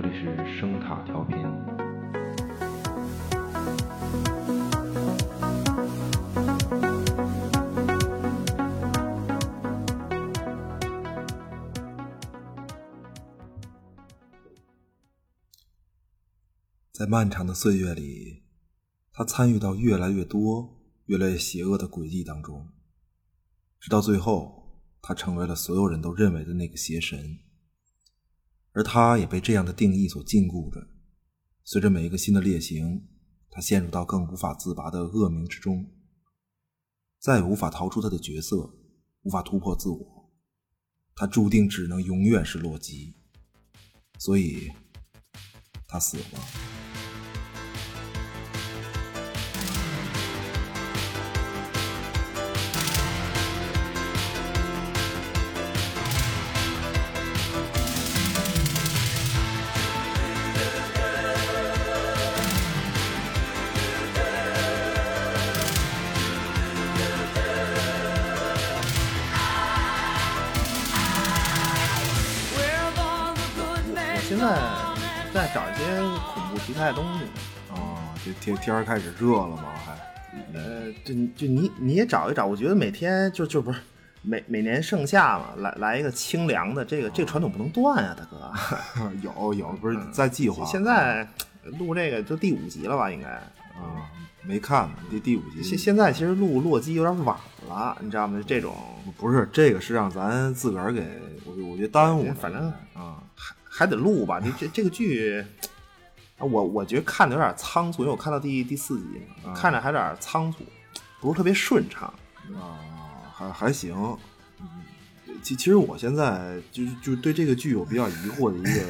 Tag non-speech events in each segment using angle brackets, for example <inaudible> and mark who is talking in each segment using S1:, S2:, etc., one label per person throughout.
S1: 里是声塔调频。
S2: 在漫长的岁月里，他参与到越来越多、越来越邪恶的诡计当中，直到最后，他成为了所有人都认为的那个邪神。而他也被这样的定义所禁锢着。随着每一个新的劣行，他陷入到更无法自拔的恶名之中，再也无法逃出他的角色，无法突破自我。他注定只能永远是洛基，所以他死了。
S3: 我现在在找一些恐怖题材的东西，
S2: 啊，这天天儿开始热了吗？还
S3: 呃，就就你你也找一找，我觉得每天就就不是每每年盛夏嘛，来来一个清凉的，这个这个传统不能断啊，大啊哥。
S2: <laughs> 有有，不是嗯在计划？
S3: 现在录这个就第五集了吧，应该。
S2: 啊，没看呢，这第五集。
S3: 现现在其实录洛基有点晚了，你知道吗？这种
S2: 不是这个是让咱自个儿给我，我觉得耽误了。
S3: 反正
S2: 啊，
S3: 还还得录吧，你这这个剧。啊我我觉得看的有点仓促，因为我看到第第四集嘛，看着还有点仓促，不是特别顺畅。
S2: 啊，还还行。嗯，其其实我现在就是就是对这个剧我比较疑惑的一个，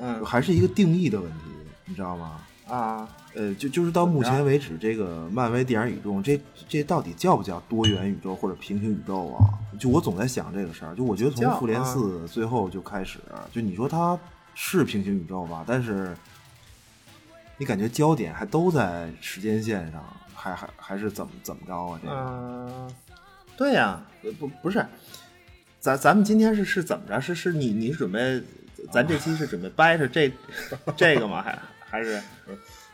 S3: 嗯
S2: 还是一个 <laughs> 定义的问题，你知道吗？
S3: 啊，
S2: 呃，就就是到目前为止，这个漫威电影宇宙，这这到底叫不叫多元宇宙或者平行宇宙啊？就我总在想这个事儿，就我觉得从
S3: 叫
S2: 复联
S3: 啊
S2: 四最后就开始，啊就你说它是平行宇宙吧，但是你感觉焦点还都在时间线上，还还还是怎么怎么着啊？这个、
S3: 嗯，对呀、呃不不是，咱咱们今天是是怎么着？是是你你是准备，咱这期是准备掰扯这这个吗？还还是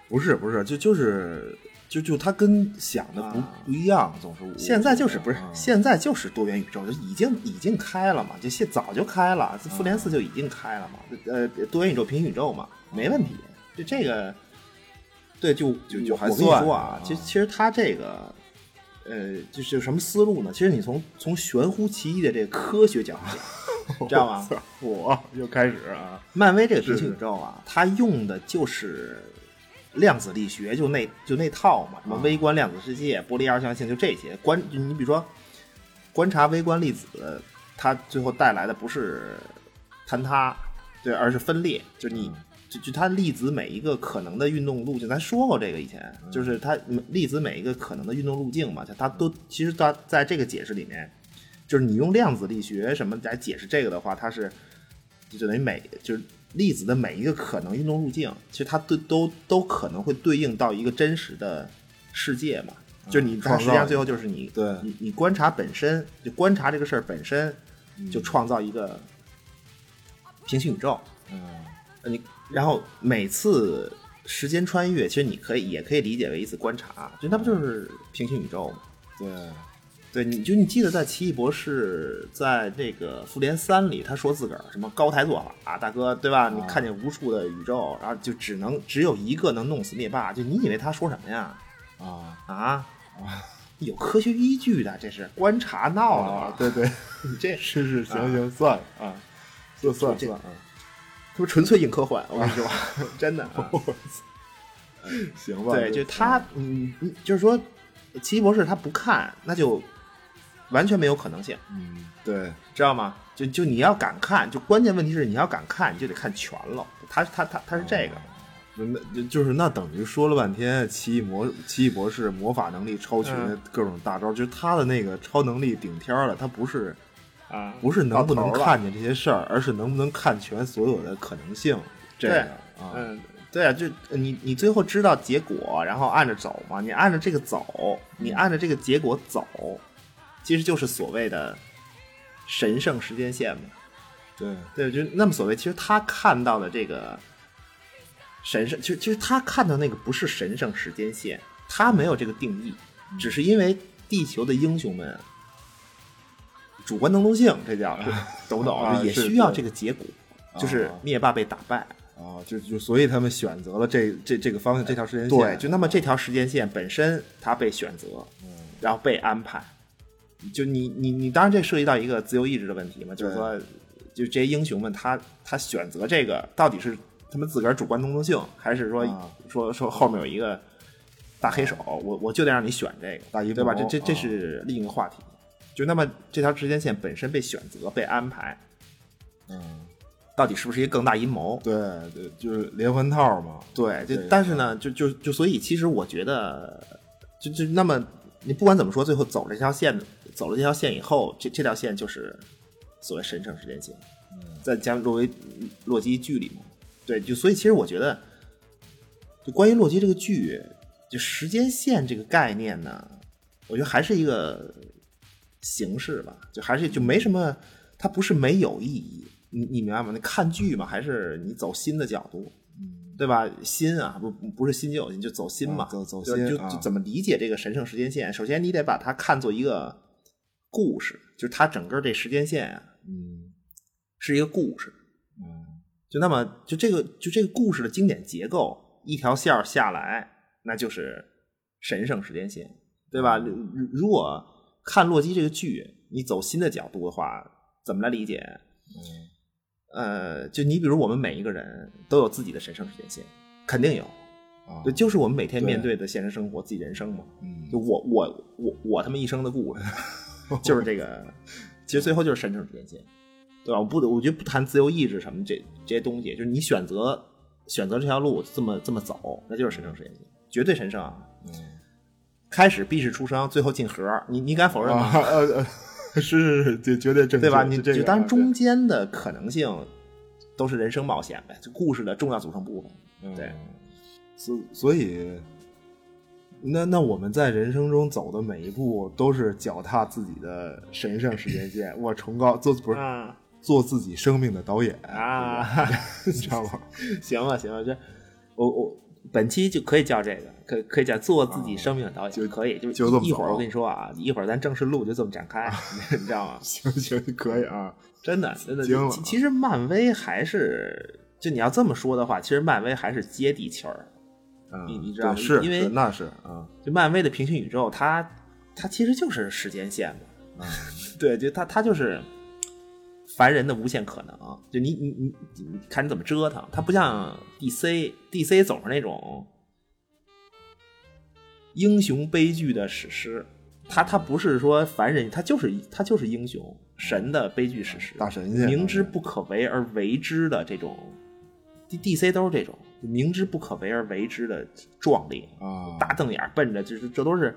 S2: 不是不是，就就是就就它跟想的不、
S3: 啊
S2: 不一样，总是我
S3: 现在就是不是
S2: 嗯
S3: 现在就是多元宇宙，就已经已经开了嘛，就现早就开了，复联四就已经开了嘛，呃，多元宇宙、平行宇宙嘛，
S2: 啊
S3: 没问题。就这个，对，就
S2: 就就
S3: 我
S2: 还
S3: 我跟你
S2: 算
S3: 说啊
S2: 啊，
S3: 其其实他这个。呃，就是什么思路呢？其实你从从玄乎其一的这个科学角度
S2: <laughs>
S3: 讲，知道吗？
S2: 我又开始啊，
S3: 漫威这个平行宇宙啊，它用的就是量子力学，就那就那套嘛，
S2: 啊
S3: 什么微观量子世界、波粒二象性，就这些观。就你比如说，观察微观粒子，它最后带来的不是坍塌，对，而是分裂。就你，就就它粒子每一个可能的运动路径，咱说过这个以前，就是它嗯粒子每一个可能的运动路径嘛，它它都其实它在这个解释里面，就是你用量子力学什么来解释这个的话，它是就等于每就是粒子的每一个可能运动路径，其实它都都都可能会对应到一个真实的世界嘛。就是你，它
S2: 创造
S3: 实际上最后就是你，
S2: 对
S3: 你你观察本身，就观察这个事儿本身，就创造一个平行宇宙。
S2: 嗯
S3: 呃你然后每次时间穿越，其实你可以也可以理解为一次观察，啊就那不就是平行宇宙吗？
S2: 对。
S3: 对，你就你记得在《奇异博士》在那个《复联三》里，他说自个儿什么高台做法、啊大哥，对吧？你看见无数的宇宙，然后就只能只有一个能弄死灭霸，就你以为他说什么呀？
S2: 啊
S3: 啊， <laughs> 有科学依据的，这是观察闹的吧？
S2: 对 <laughs> 对，
S3: 你这
S2: 啊是是，行行，算了啊，算算
S3: 这
S2: 算啊，
S3: 他们纯粹硬科幻，我跟你说， <laughs> 真的、啊。
S2: 行吧。
S3: 对，
S2: 这
S3: 就他，嗯，嗯就是说，奇异博士他不看，那就完全没有可能性，
S2: 嗯，对，
S3: 知道吗？就就你要敢看，就关键问题是你要敢看，你就得看全了。他他他他是这个，
S2: 那就就是那等于说了半天，奇异魔奇异博士魔法能力超群，
S3: 嗯
S2: 各种大招，就是他的那个超能力顶天儿了，他不是
S3: 啊
S2: 不是能不
S3: 到
S2: 能
S3: 头了
S2: 看见这些事儿，而是能不能看全所有的可能性，这
S3: 对
S2: 个啊，
S3: 嗯，对啊，就你你最后知道结果，然后按着走嘛，你按着这个走，你按着这个结果走，其实就是所谓的神圣时间线嘛。
S2: 对，
S3: 对，就那么所谓，其实他看到的这个神圣，其实其实他看到那个不是神圣时间线，他没有这个定义，
S1: 嗯
S3: 只是因为地球的英雄们主观能动性，
S1: <laughs>
S3: 这叫是懂不懂？
S1: 啊
S3: 也
S1: 是
S3: 需要
S1: 对
S3: 这个结果，
S1: 啊
S3: 就是灭霸被打败。
S1: 啊，就就所以他们选择了这这这个方向，这条时间线。
S3: 对，就那么这条时间线本身它被选择，然后被安排。就你你你，当然这涉及到一个自由意志的问题嘛，就是
S1: 对
S3: 说，就这些英雄们他他选择这个到底是他们自个儿主观能动性，还是说、
S1: 啊
S3: 说说后面有一个大黑手，我我就得让你选这个
S1: 大阴谋
S3: 对吧？这这这
S1: 啊
S3: 是另一个话题。就那么这条时间线本身被选择被安排，
S1: 嗯，
S3: 到底是不是一个更大阴谋？
S1: 对对，就是连环套嘛。
S3: 对，就
S1: 这个
S3: 但是呢，就就就所以，其实我觉得，就就那么，你不管怎么说，最后走这条线，走了这条线以后，这这条线就是所谓神圣时间线，再加上洛维洛基剧里嘛，对，就所以其实我觉得，就关于洛基这个剧，就时间线这个概念呢，我觉得还是一个形式吧，就还是就没什么，它不是没有意义，你你明白吗？你看剧嘛，还是你走新的角度，对吧？新啊，不不是新旧，你就走新嘛，
S1: 啊走走
S3: 就
S1: 新
S3: 就
S1: 啊
S3: 就怎么理解这个神圣时间线？首先，你得把它看作一个故事，就是它整个这时间线啊
S1: 嗯
S3: 是一个故事。
S1: 嗯
S3: 就那么就这个就这个故事的经典结构，一条线儿下来，那就是神圣时间线，对
S1: 啊
S3: 吧？如如如果看洛基这个剧，你走新的角度的话，怎么来理解？
S1: 嗯
S3: 呃，就你比如我们每一个人都有自己的神圣时间线，肯定有，
S1: 啊，
S3: 对，就是我们每天
S1: 对
S3: 面对的现实生活，自己人生嘛。
S1: 嗯
S3: 就我我我我他妈一生的故事， <laughs> 就是这个，其实最后就是神圣时间线，对吧？我不，我觉得不谈自由意志什么这这些东西，就是你选择选择这条路这么这么走，那就是神圣时间线，绝对神圣啊！
S1: 嗯
S3: 开始必是出生，最后进盒，你你敢否认吗？
S1: 啊呃 <laughs> 呃，是是是，绝绝对正确，
S3: 对吧？你
S1: 就 <laughs> 这
S3: 就
S1: 个
S3: 当然
S1: 啊
S3: 中间的可能性都是人生冒险呗，就故事的重要组成部分。对
S1: 对，所所以，那那我们在人生中走的每一步都是脚踏自己的神圣时间线，我崇高做不是、
S3: 啊
S1: 做自己生命的导演， <laughs>
S3: 啊！
S1: 你
S3: <laughs>
S1: 知道吗？ <laughs>
S3: 行了行了，这我我本期就可以叫这个，可可以叫做自己生命的导演，
S1: 就
S3: 可以就
S1: 哦就这么啊
S3: 一会儿
S1: 走
S3: 我跟你说啊，一会儿咱正式录就这么展开， <laughs> 你知道吗？
S1: 行行，可以啊，
S3: 真的真的，
S1: 惊了
S3: 其其实漫威还是就你要这么说的话，其实漫威还是接地气儿。
S1: 嗯，
S3: 你你知道
S1: 对是
S3: 因为
S1: 是那是啊，
S3: 就漫威的平行宇宙，它它其实就是时间线嘛，
S1: 嗯
S3: 对，就它它就是凡人的无限可能。就你你你你看你怎么折腾，它不像 DC DC 总是那种英雄悲剧的史诗，它它不是说凡人，它就是它就是英雄神的悲剧史诗，
S1: 大神仙啊
S3: 明知不可为而为之的这种，D DC 都是这种明知不可为而为之的壮烈。
S1: 啊，
S3: 大瞪眼儿奔着就是这都是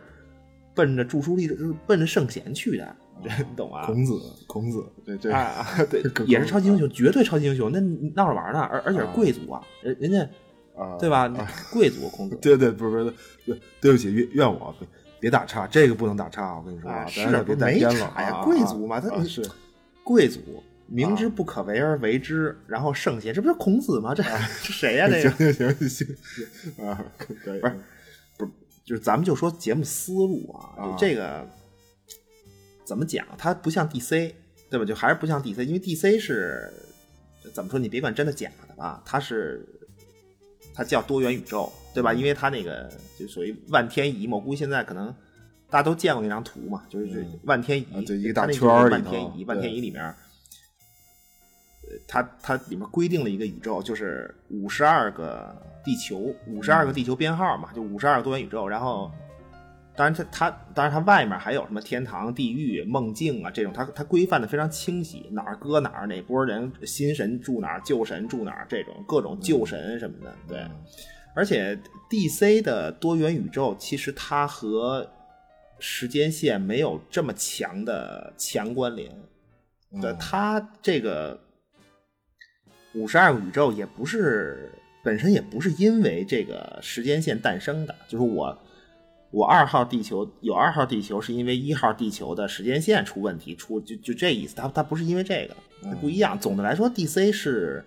S3: 奔着著书立就是奔着圣贤去的，你懂吗？
S1: 哦孔子孔子，对对
S3: <laughs> 啊，啊
S1: <laughs>
S3: 对
S1: 孔，
S3: 也是超级英雄，绝对超级英雄，那你闹着玩呢，而而且是贵族啊，人人家
S1: 啊
S3: 对吧？ <laughs> 贵族孔子，
S1: <laughs>
S2: <laughs>
S1: 对对，不是不是，对对不起，怨怨我，别别打岔，这个不能打岔，我跟你说
S3: 啊，
S1: 咱俩
S3: 是
S1: 别带
S3: 没
S1: 偏了
S3: 差呀
S1: 啊，
S3: 贵族嘛，
S1: 啊
S3: 他
S1: 啊
S2: <laughs>
S1: 是
S3: 贵族。
S1: 啊
S3: 明知不可为而为之，然后圣贤，这不是孔子吗？这
S1: 啊
S3: 这谁
S1: <laughs>
S3: 呀？这
S1: 行
S3: 个
S1: 行行行行啊，可可以，
S3: 不是就是咱们就说节目思路啊，
S1: 啊
S3: 就这个怎么讲？它不像 DC，对吧？就还是不像 DC，因为 DC 是怎么说？你别管真的假的吧，它是它叫多元宇宙，对
S1: 嗯
S3: 吧？因为它那个就属于万天仪嘛，我估计现在可能大家都见过那张图嘛，就是就是
S1: 嗯
S3: 万天仪，
S1: 啊对一个大
S3: 它那
S1: 圈儿里
S3: 就是万
S1: 头
S3: 天仪，万
S1: 对
S3: 天仪里面。呃它它里面规定了一个宇宙，就是五十二个地球，五十二个地球编号嘛，就五十二个多元宇宙。然后，当然它它当然它外面还有什么天堂、地狱、梦境啊这种，它它规范的非常清晰，哪儿搁哪儿，哪波人新神住哪儿，旧神住哪儿，这种各种旧神什么的。对，
S2: 嗯
S3: 而且 DC 的多元宇宙其实它和时间线没有这么强的强关联。
S1: 嗯
S3: 对，它这个五十二个宇宙也不是本身也不是因为这个时间线诞生的，就是我我二号地球有二号地球是因为一号地球的时间线出问题出就就这意思，它它不是因为这个，它不一样。总的来说，DC 是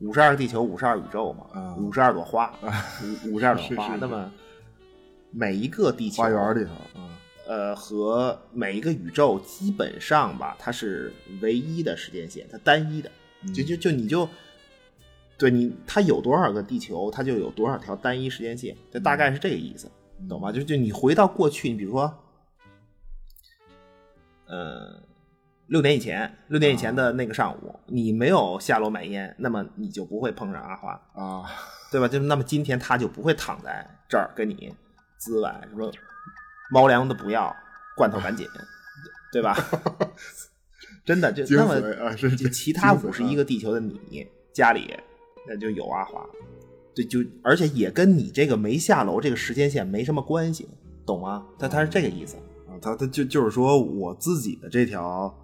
S3: 五十二地球，五十二宇宙嘛，
S2: 啊
S3: 五十二朵
S2: <laughs>
S3: 花，五五十二朵
S2: 是
S3: 花。
S2: 是
S3: 那
S2: 是
S3: 么每一个地球
S2: 花园里头，啊，
S3: 呃，和每一个宇宙基本上吧，它是唯一的时间线，它单一的，就就就你就，对你，它有多少个地球，它就有多少条单一时间线，这大概是这个意思，懂吗？就就你回到过去，你比如说，呃，六点以前，六点以前的那个上午，你没有下楼买烟，那么你就不会碰上阿花，
S2: 啊，
S3: 对吧？就那么今天他就不会躺在这儿跟你滋歪，什么猫粮都不要，罐头赶紧，对吧？ <laughs> 真的，就
S2: 精
S3: 那么
S2: 髓啊，是
S3: 就其他五
S2: 五
S3: 十一个地球的你家里那就有阿华，对，就而且也跟你这个没下楼这个时间线没什么关系，懂吗？他他是这个意思，
S2: 啊，他他就就是说我自己的这条，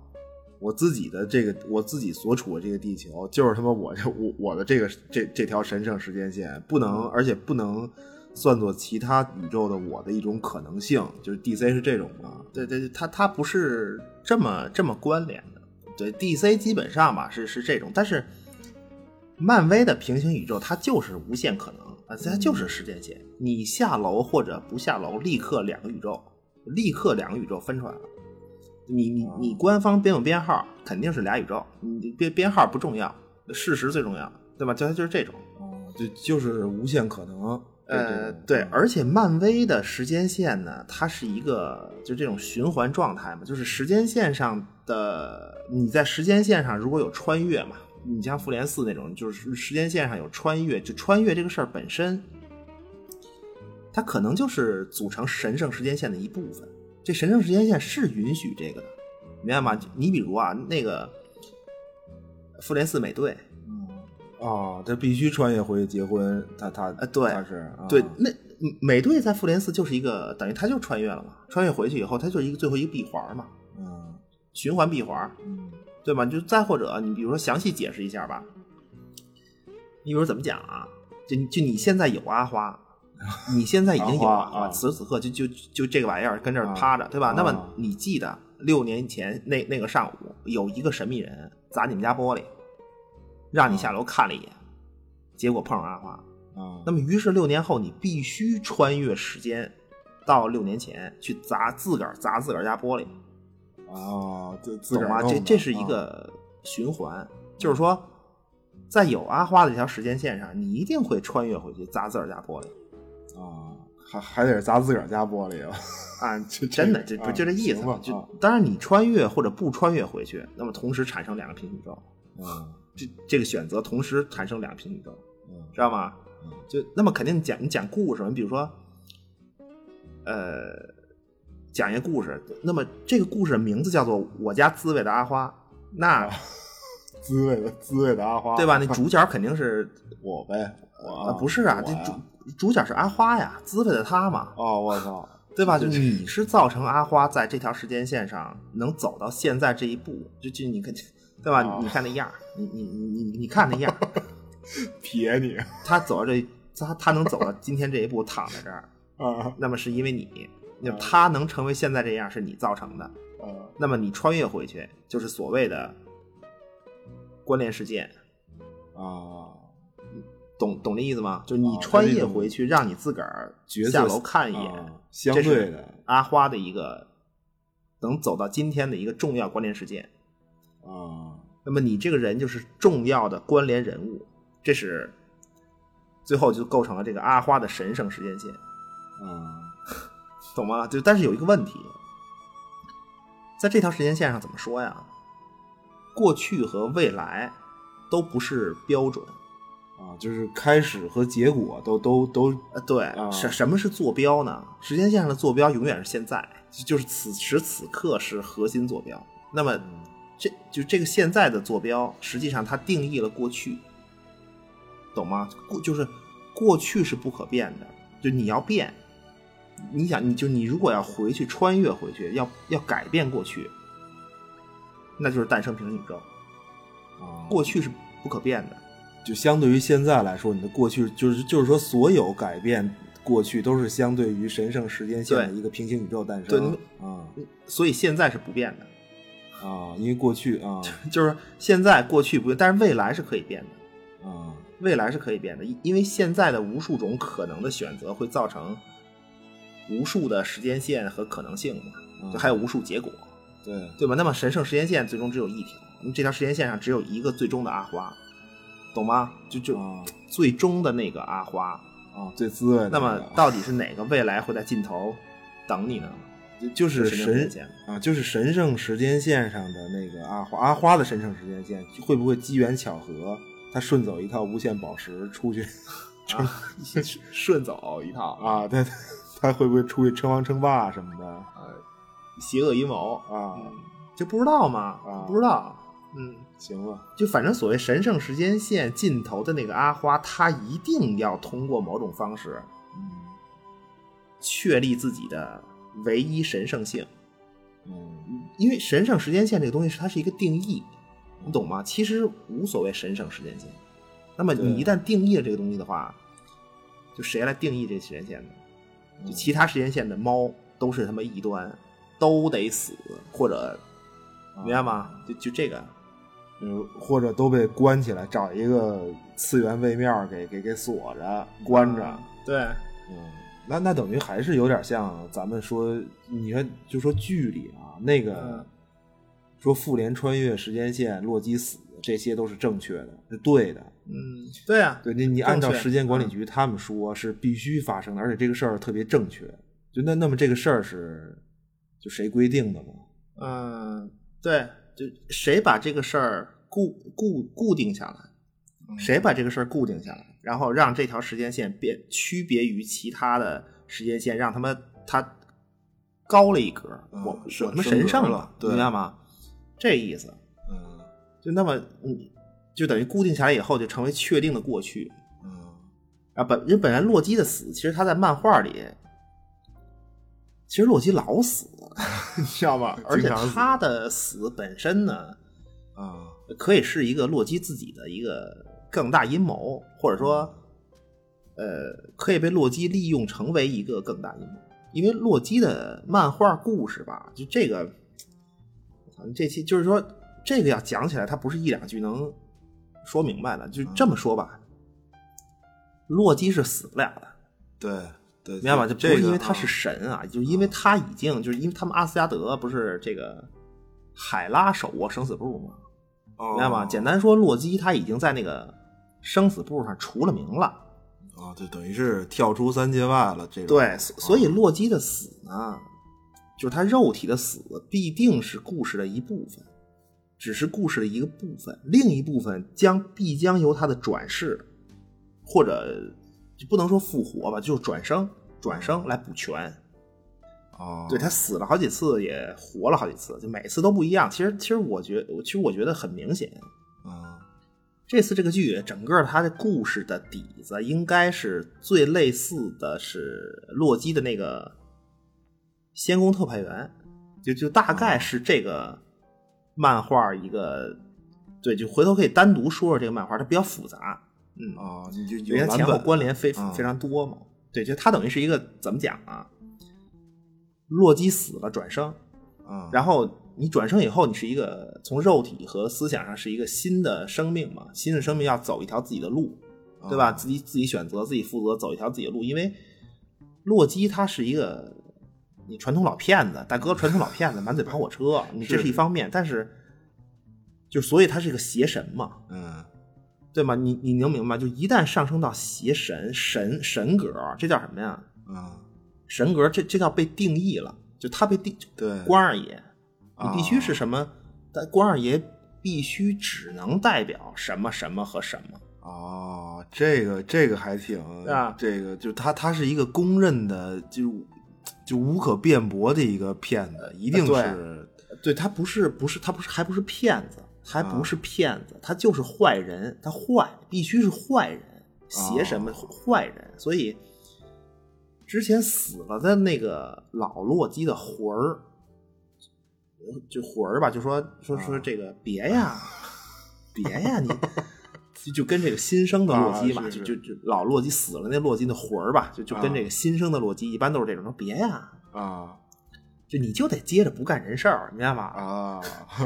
S2: 我自己的这个我自己所处的这个地球，就是他妈我这我我的这个这这条神圣时间线，不
S3: 嗯
S2: 能而且不能算作其他宇宙的我的一种可能性，就是 DC 是这种嘛，
S3: 对对，对，它它不是这么这么关联的。对，DC 基本上吧是是这种，但是漫威的平行宇宙它就是无限可能啊，它就是时间线。你下楼或者不下楼，立刻两个宇宙，立刻两个宇宙分出来了。你你
S2: 哦
S3: 你官方编有编号，肯定是俩宇宙，你编编号不重要，事实最重要，对吧？就它就是这种。
S2: 啊，就就是无限可能，
S3: 呃，对，而且漫威的时间线呢，它是一个就这种循环状态嘛，就是时间线上的你在时间线上如果有穿越嘛，你像复联四那种，就是时间线上有穿越，就穿越这个事儿本身，它可能就是组成神圣时间线的一部分。这神圣时间线是允许这个的，明白吗？你比如啊，那个复联四美队，
S2: 啊，他必须穿越回去结婚，他他
S3: 呃对
S2: 他是啊
S3: 对，那嗯美队在复联四就是一个等于他就穿越了嘛，穿越回去以后，他就是一个最后一个闭环嘛，
S2: 嗯
S3: 循环闭环，
S2: 嗯
S3: 对吧？就再或者你比如说详细解释一下吧，你比如说怎么讲啊？就就你现在有阿花，你现在已经有阿
S2: 阿花
S3: 花，
S2: 啊
S3: 此时此刻就就就这个玩意儿跟这儿
S2: 啊
S3: 趴着，对吧？那
S2: 啊
S3: 么你记得六年前那那个上午，有一个神秘人砸你们家玻璃，让你下楼看了一眼，结果碰上阿花，
S2: 啊，
S3: 那么，于是六年后，你必须穿越时间到六年前去砸自个儿砸自个儿家玻璃，
S2: 啊，自自个
S3: 懂
S2: 儿
S3: 吗？
S2: 弄
S3: 这
S2: 的
S3: 这是一
S2: 啊
S3: 个循环，就是说，在有阿花的这条时间线上，你一定会穿越回去砸自个儿家玻璃
S2: 啊，还还得是砸自个儿家玻璃啊，
S3: 啊！
S2: 这
S3: 真的，这
S2: 啊
S3: 不就这意思
S2: 行吧
S3: 吗？就
S2: 啊
S3: 当然，你穿越或者不穿越回去，那么同时产生两个平行宇宙，
S2: 嗯
S3: 这这个选择同时产生两个平行宇宙， <laughs>
S2: 嗯
S3: 知道吗？
S2: 嗯
S3: 就那么肯定讲你讲故事嘛，你比如说，呃，讲一个故事，那么这个故事名字叫做《我家滋味的阿花》，那
S2: 啊哦滋味的滋味的阿花，
S3: 对吧？那主角肯定是
S2: 我呗，我
S3: 啊，不是啊，
S2: 哦我
S3: 这
S2: 呀
S3: 主主角是阿花呀，滋味的她嘛，
S2: 哦，我操，
S3: 对吧？
S2: 这
S3: 就
S2: 这
S3: 你是造成阿花在这条时间线上能走到现在这一步，就就你看，对吧？
S2: 哦
S3: 你看那样儿，你你你你你看那样儿，
S2: 撇你
S3: 他走到这，他他能走到今天这一步，躺在这儿。
S2: 啊
S3: 那么是因为你，那么
S2: 嗯
S3: 他能成为现在这样是你造成的。
S2: 啊
S3: 那么你穿越回去，就是所谓的关联事件，
S2: 啊，
S3: 懂懂这意思吗？就是你
S2: 哦
S3: 穿
S2: 它是一
S3: 越
S2: 种
S3: 回去，让你自个儿
S2: 角色
S3: 下楼看一眼
S2: 啊相对的
S3: 阿花的一个能走到今天的一个重要关联事件。
S2: 啊，
S3: 那么你这个人就是重要的关联人物，这是最后就构成了这个阿花的神圣时间线。
S2: 嗯
S3: 懂吗？就但是有一个问题，在这条时间线上怎么说呀？过去和未来都不是标准。
S2: 啊，就是开始和结果都都都
S3: 呃，对，
S2: 啊
S3: 什、什么是坐标呢？时间线上的坐标永远是现在，就就是此时此刻是核心坐标。那么
S2: 嗯
S3: 这就这个现在的坐标，实际上它定义了过去，懂吗？过就是过去是不可变的，就你要变，你想你就你如果要回去穿越回去，要要改变过去，那就是诞生平行宇宙。
S2: 啊
S3: 过去是不可变的，
S2: 就相对于现在来说，你的过去就是就是说所有改变。过去都是相对于神圣时间线的
S3: 对
S2: 一个平行宇宙诞
S3: 对
S2: 生，啊
S3: 所以现在是不变的。 <laughs>
S2: 啊，因为过去啊，
S3: 就是现在过去不变，但是未来是可以变的。
S2: 嗯
S3: 未来是可以变的，因因为现在的无数种可能的选择会造成无数的时间线和可能性嘛，
S2: 嗯
S3: 就还有无数结果，
S2: 对，
S3: 对吧？那么神圣时间线最终只有一条，那么这条时间线上只有一个最终的阿花，懂吗？就就、
S2: 啊
S3: 最终的那个阿花，
S2: 啊，最滋味的
S3: 那
S2: 个。
S3: 么到底是哪个未来会在尽头等你呢？
S2: 就就是
S3: 神圣时间
S2: 神
S3: 线
S2: 啊，就是神圣时间线上的那个阿花，阿花的神圣时间线会不会机缘巧合，他顺走一套无限宝石出去 <laughs>
S3: 啊，顺走一套啊，
S2: 啊？他他会不会出去称王称霸什么的
S3: 邪恶阴谋
S2: 啊？
S3: 嗯就不知道嘛，
S2: 啊
S3: 不知道，嗯。
S2: 行吧，
S3: 就反正所谓神圣时间线尽头的那个阿花，她一定要通过某种方式
S2: 嗯
S3: 确立自己的唯一神圣性，
S2: 嗯
S3: 因为神圣时间线这个东西是它是一个定义，你懂吗？其实无所谓神圣时间线。那么你
S2: 对
S3: 一旦定义了这个东西的话，就谁来定义这时间线呢？就
S2: 嗯
S3: 其他时间线的猫都是他妈异端，都得死，或者
S2: 啊
S3: 明白吗？就就这个，
S2: 就是呃或者都被关起来，找一个次元位面儿给给给锁着关着。
S3: 对，
S2: 嗯，那那等于还是有点像咱们说，你看就说剧里啊，那个、
S3: 嗯
S2: 说复联穿越时间线，洛基死，这些都是正确的，是对的。
S3: 嗯，对啊，
S2: 对你，你按照
S3: 正确嗯
S2: 时间管理局他们说是必须发生的，而且这个事儿特别正确。就那那么这个事儿是就谁规定的吗？
S3: 嗯，对，就谁把这个事儿固固固定下来，
S2: 嗯
S3: 谁把这个事儿固定下来，然后让这条时间线变区别于其他的时间线，让他们它高了一格，
S2: 嗯
S3: 我
S2: 是
S3: 我他妈
S2: 升
S3: 神
S2: 格
S3: 圣
S2: 了对
S3: 明白吗？这意思，
S2: 嗯
S3: 就那么嗯，就等于固定下来以后，就成为确定的过去
S2: 嗯
S3: 啊。本因为本来洛基的死，其实他在漫画里。其实洛基老死了， <laughs> 你知道吧？而
S2: <laughs>
S3: 且
S2: 经常死
S3: 他的死本身呢，
S2: 啊
S3: 可以是一个洛基自己的一个更大阴谋，或者说，呃，可以被洛基利用成为一个更大阴谋。因为洛基的漫画故事吧，就这个，反正这期就是说，这个要讲起来，它不是一两句能说明白的。就这么说吧，洛基是死不了的，
S2: 对对，
S3: 明白吧？就
S2: 这
S3: 不是
S2: 个
S3: 因为他
S2: 啊
S3: 是神啊，就是因为他已经就是因为他们阿斯加德不是这个海拉手握生死簿吗？明白吗？
S2: 哦
S3: 简单说，洛基他已经在那个生死簿上除了名了。
S2: 啊，就等于是跳出三界外了。这种
S3: 对，所所
S2: 哦
S3: 以洛基的死呢，就是他肉体的死必定是故事的一部分，只是故事的一个部分，另一部分将必将由他的转世，或者就不能说复活吧，就是转生，转生来补全。
S2: 啊，
S3: 对他死了好几次，也活了好几次，就每次都不一样。其实，其实我觉其实我觉得很明显，
S2: 嗯
S3: 这次这个剧整个它的故事的底子应该是最类似的是洛基的那个仙宫特派员，就就大
S2: 哦
S3: 概是这个漫画一个，对，就回头可以单独说说这个漫画，它比较复杂，嗯，
S2: 啊，你就
S3: 因
S2: 有
S3: 为它前
S2: 蓝
S3: 后
S2: 本
S3: 关联非、
S2: 嗯
S3: 非常多嘛，对，就它等于是一个怎么讲啊？洛基死了转生，
S2: 啊，
S3: 然后你转生以后，你是一个从肉体和思想上是一个新的生命嘛，新的生命要走一条自己的路，
S2: 后
S3: 对吧？自己自己选择，自己负责，走一条自己的路。因为洛基他是一个你传统老骗子，大哥传统老骗子，满嘴跑火车，你这
S2: 是
S3: 是一方面，但是就所以他是一个邪神嘛，
S2: 嗯
S3: 对吗？你你能明白？就一旦上升到邪神神神格，这叫什么呀？
S2: 嗯，
S3: 神格这这叫被定义了，就他被定
S2: 对，
S3: 关二爷，你
S2: 啊
S3: 必须是什么？但关二爷必须只能代表什么什么和什么。
S2: 哦，这个这个还挺
S3: 啊
S2: 这个就他他是一个公认的就就无可辩驳的一个骗子，一定
S3: 对
S2: 是
S3: 对他不是不是他不是还不是骗子，他还不
S2: 啊
S3: 是骗子，他就是坏人，他坏必须是坏人，邪什
S2: 哦
S3: 么坏人，所以之前死了的那个老洛基的魂儿。就魂儿吧，就说说
S2: 啊
S3: 说这个别
S2: <laughs>
S3: 呀，别呀，你就就跟这个新生的洛基嘛，
S2: 啊是
S3: 就就就老洛基死了那洛基的魂儿吧，就就跟这个新生的洛基一般都是这种说别呀，
S2: 啊
S3: 就你就得接着不干人事儿，明白吗？ <laughs>
S2: 啊，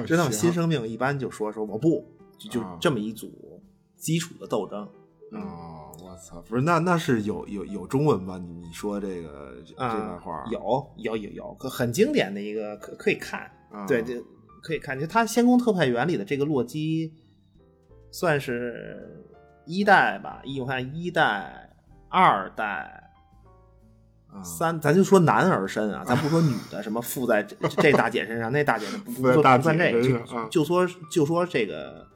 S3: 就那
S2: 行
S3: 种新生命一般就说说我不，就就
S2: 啊
S3: 这么一组。基础的斗争。
S2: 哦，我操，不是那那是有有有中文吧？你你说这个这这
S3: 啊
S2: 段话，
S3: 有有有有，可很经典的一个，可可以看，
S2: 啊
S3: 对，这可以看。就他《仙宫特派员》里的这个洛基，算是一代吧，一我看一代、二代、
S2: 啊
S3: 三，咱就说男儿身啊，咱不说女的，什么附在这这大姐身上，那大姐不
S2: 附
S3: 不
S2: 在
S3: 说
S2: 大
S3: 不算
S2: 姐
S3: 这个，
S2: 身
S3: 就
S2: 上啊
S3: 就说就说这个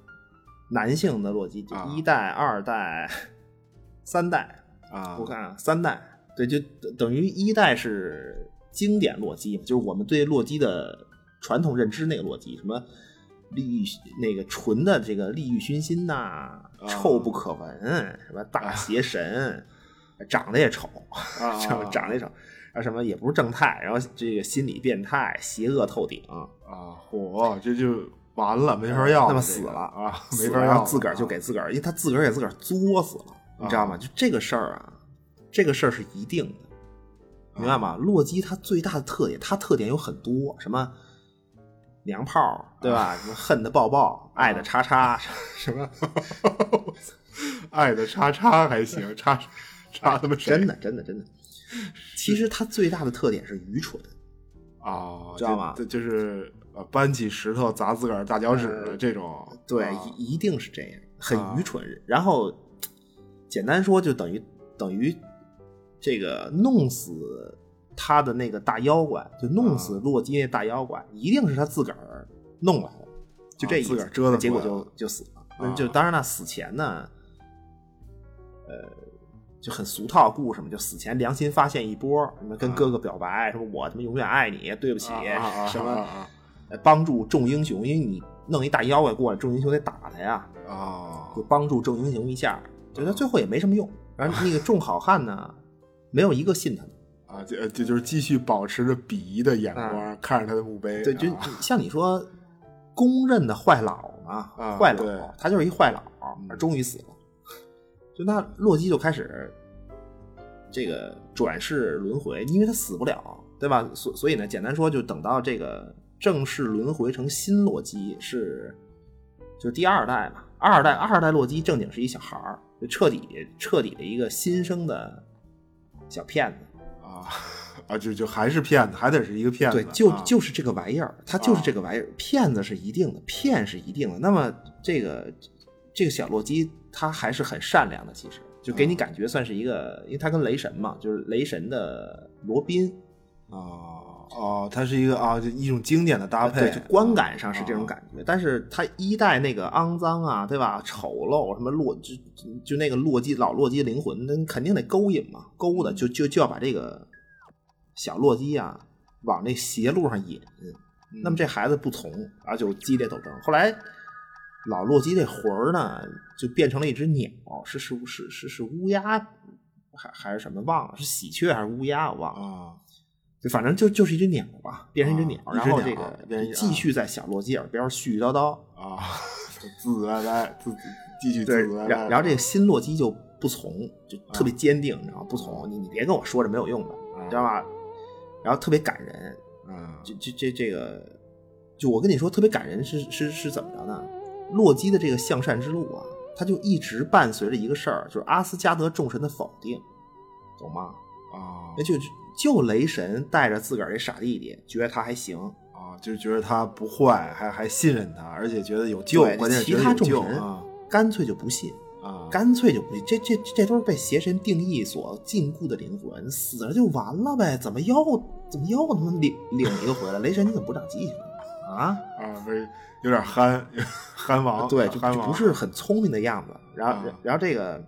S3: 男性的洛基，就
S2: 啊
S3: 一代、二代、三代，
S2: 啊，
S3: 我看啊，三代，对，就等等于一代是经典洛基嘛，就是我们对洛基的传统认知那个洛基，什么利欲那个纯的这个利欲熏心呐、
S2: 啊
S3: 臭不可闻，什么大邪神，长得也丑，
S2: 啊
S3: <laughs> 长长得也丑，然后什么也不是正太，然后这个心理变态，邪恶透顶。
S2: 啊，火这就完了，没法要了，这
S3: 那么
S2: 个
S3: 死了
S2: 啊， <laughs>
S3: 死
S2: 没
S3: 了
S2: 法
S3: 然
S2: 要
S3: 后
S2: 了，啊
S3: 自个儿就给自个儿，因为他自个儿给自个儿作死了，你知道
S2: 哦
S3: 吗？就这个事儿啊，这个事儿是一定的，明白
S2: 哦
S3: 吗？洛基他最大的特点，他特点有很多，什么娘炮儿，对吧？什么恨的抱抱，爱的叉叉，
S2: 哦 <laughs> 什么爱的叉叉还行，叉叉他妈谁
S3: <laughs> 真的，真的，
S2: <laughs>
S3: 真的。其实他最大的特点是愚蠢，
S2: 啊，
S3: 知道吗
S2: 这这就是呃搬起石头砸自个儿大脚趾的这种，
S3: 呃对，
S2: 啊
S3: 一一定是这样，很
S2: 啊
S3: 愚蠢。然后简单说，就等于等于这个弄死他的那个大妖怪，就弄死洛基那大妖怪，
S2: 啊
S3: 一定是他自个儿弄来的，就这意思。
S2: 啊自个儿折腾
S3: 结果
S2: 过来
S3: 就
S2: 的
S3: 就死了。
S2: 啊
S3: 那就当然了，死前呢，呃，就很俗套的故事嘛，就死前良心发现一波，什么跟
S2: 啊
S3: 哥哥表白，什么我他妈永远爱你，对不起，
S2: 啊啊啊
S3: 什么。
S2: 啊
S3: 呃帮助众英雄，因为你弄一大妖怪过来，众英雄得打他呀，
S2: 啊
S3: <laughs>
S2: 啊
S3: 就帮助众英雄一下，就他最后也没什么用。然后那个众好汉呢，没有一个信他的，
S2: 啊，就就就是继续保持着鄙夷的眼光看着他的墓碑，
S3: 啊对，就
S2: 啊
S3: 像你说，公认的坏佬嘛，
S2: 啊
S3: 坏
S2: 对
S3: 佬，他就是一坏佬，啊
S2: 嗯
S3: 终于死了。就那洛基就开始这个转世轮回，因为他死不了，对吧？所所以呢，简单说，就等到这个正式轮回成新洛基是，就是第二代嘛，二代二代洛基正经是一小孩儿，就彻底彻底的一个新生的小骗子。
S2: 啊啊，就就还是骗子，还得是一个骗子，
S3: 对，就
S2: 啊
S3: 就是这个玩意儿，他就是这个玩意儿，骗子是一定的，骗是一定的。那么这个这个小洛基他还是很善良的，其实就
S2: 嗯
S3: 给你感觉算是一个，因为他跟雷神嘛，就是雷神的罗宾，
S2: 啊哦，它是一个啊，就一种经典的搭配，
S3: 呃
S2: 啊
S3: 对，就观感上是这种感觉。但是他一代那个肮脏啊，对吧？丑陋什么洛就就就那个洛基老洛基灵魂，那肯定得勾引嘛，勾
S2: 嗯
S3: 的就就就要把这个小洛基啊往那邪路上引。
S2: 嗯。
S3: 那么这孩子不从，然后就激烈斗争。后来老洛基这魂儿呢，就变成了一只鸟，是是是是是乌鸦，还还是什么忘了，是喜鹊还是乌鸦我忘了，
S2: 啊
S3: 就反正就就是一只鸟吧，变成一只鸟，
S2: 啊
S3: 然后
S2: 一只
S3: 这
S2: 鸟
S3: 个
S2: 变成一只
S3: 继续在小洛基耳边絮絮叨叨，
S2: 啊，自自歪歪，自自继续自自歪歪。
S3: 然然后这个新洛基就不从，就特别坚定，然后不从你你别跟我说这没有用的，
S2: 啊
S3: 你知道吧？然后特别感人，
S2: 嗯
S3: 这这这这个，就我跟你说特别感人是是是怎么着呢？洛基的这个向善之路啊，他就一直伴随着一个事儿，就是阿斯加德众神的否定，懂吗？
S2: 啊
S3: 那就就雷神带着自个儿这傻弟弟，觉得他还行，
S2: 啊，就觉得他不坏，还还信任他，而且觉得有救，
S3: 对
S2: 关键是
S3: 其
S2: 觉得
S3: 他
S2: 有
S3: 众
S2: 救
S3: 神
S2: 啊
S3: 干脆就不信，
S2: 啊
S3: 干脆就不信。这这这都是被邪神定义所禁锢的灵魂，死了就完了呗，怎么又怎么又他妈领领一个回来？雷神你怎么不长记性啊？啊？
S2: 啊，不是有点憨憨王，
S3: 对，就
S2: 憨
S3: 就
S2: 王
S3: 不是很聪明的样子。然后，
S2: 啊
S3: 然后这个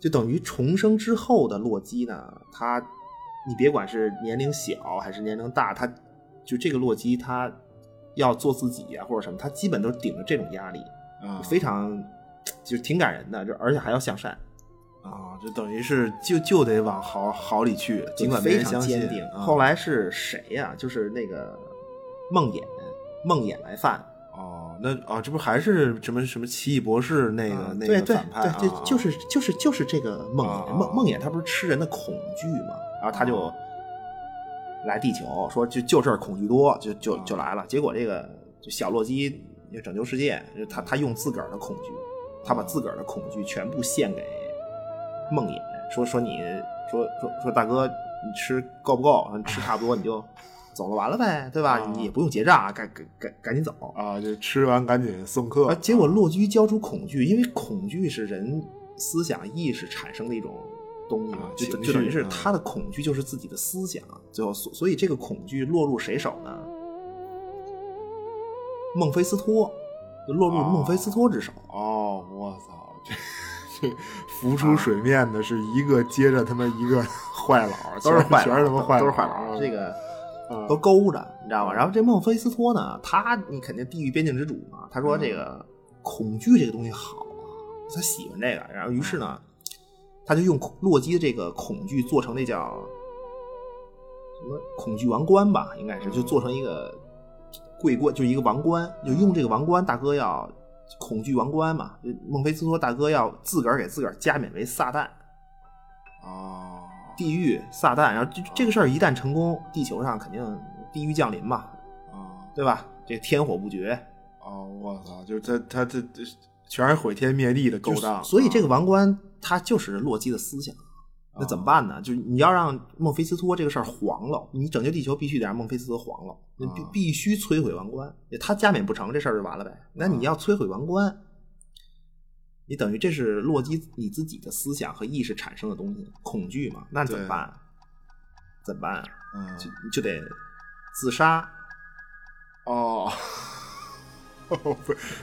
S3: 就等于重生之后的洛基呢，他你别管是年龄小还是年龄大，他就这个洛基他要做自己啊或者什么，他基本都顶着这种压力，
S2: 啊
S3: 非常就挺感人的，就而且还要向善，
S2: 啊，就等于是就就得往好好里去，尽管没
S3: 非
S2: 人
S3: 常
S2: 相
S3: 坚
S2: 信
S3: 定。。
S2: 啊
S3: 后来是谁呀、就是那个梦魇，梦魇来犯。
S2: 哦，那啊，这不还是什么什么奇异博士那个
S3: 啊
S2: 那
S3: 对
S2: 个
S3: 对
S2: 反派
S3: 对
S2: 啊，
S3: 对，就是就是就是这个梦
S2: 啊啊
S3: 魇，
S2: 啊
S3: 梦梦魇他不是吃人的恐惧嘛，然后他就来地球，说就就这儿恐惧多，就就
S2: 啊
S3: 就来了。结果这个就小洛基就拯救世界，就他他用自个儿的恐惧他把自个儿的恐惧全部献给梦魇，说说你说说说大哥，你吃够不够？你吃差不多你就走了，完了呗，对吧？
S2: 啊
S3: 你也不用结账啊，赶赶赶赶紧走。
S2: 啊，就吃完赶紧送客
S3: 啊，。结果洛基交出恐惧，因为恐惧是人思想意识产生的一种东西嘛
S2: 啊，
S3: 就
S2: 情
S3: 就等于
S2: 绪
S3: 是
S2: 啊
S3: 他的恐惧就是自己的思想，最后所所以这个恐惧落入谁手呢？孟菲斯托，就落入孟菲斯托之手。
S2: 哦，我操，这这浮出水面的是一个接着他妈一个坏佬，
S3: <laughs> 都是坏佬，
S2: 全是他妈啊佬，
S3: 都是坏
S2: 嗯
S3: 佬，这个
S2: 啊
S3: 都勾着，你知道吗？然后这孟菲斯托呢，他你肯定地狱边境之主嘛，他说这
S2: 嗯
S3: 个恐惧这个东西好啊，他喜欢这个，然后于是呢，
S2: 嗯
S3: 他就用恐洛基的这个恐惧做成那叫什么恐惧王冠吧，应该
S2: 嗯
S3: 是就做成一个桂冠，就一个王冠，就用这个王冠，大哥要恐惧王冠嘛，就孟菲斯托大哥要自个儿给自个儿加冕为撒旦。
S2: 哦，
S3: 地狱、撒旦，然后这这个事儿一旦成功，地球上肯定地狱降临嘛，
S2: 啊
S3: 对吧？这天火不绝，
S2: 哦，我操，就是他他这这全是毁天灭地的勾
S3: 就是
S2: 当，
S3: 所以这
S2: 个
S3: 个王冠它就是洛基的思想。那怎么办呢？就是你要让孟菲斯托这个事儿黄了，你拯救地球必须得让孟菲斯托黄了，你必
S2: 啊
S3: 必须摧毁王冠。他加冕不成，这事儿就完了呗。那你要摧毁王冠，你等于这是洛基你自己的思想和意识产生的东西，恐惧嘛？那怎么
S2: 对
S3: 办？怎么办啊？
S2: 嗯
S3: 就就得自杀。
S2: 哦， <laughs> 不是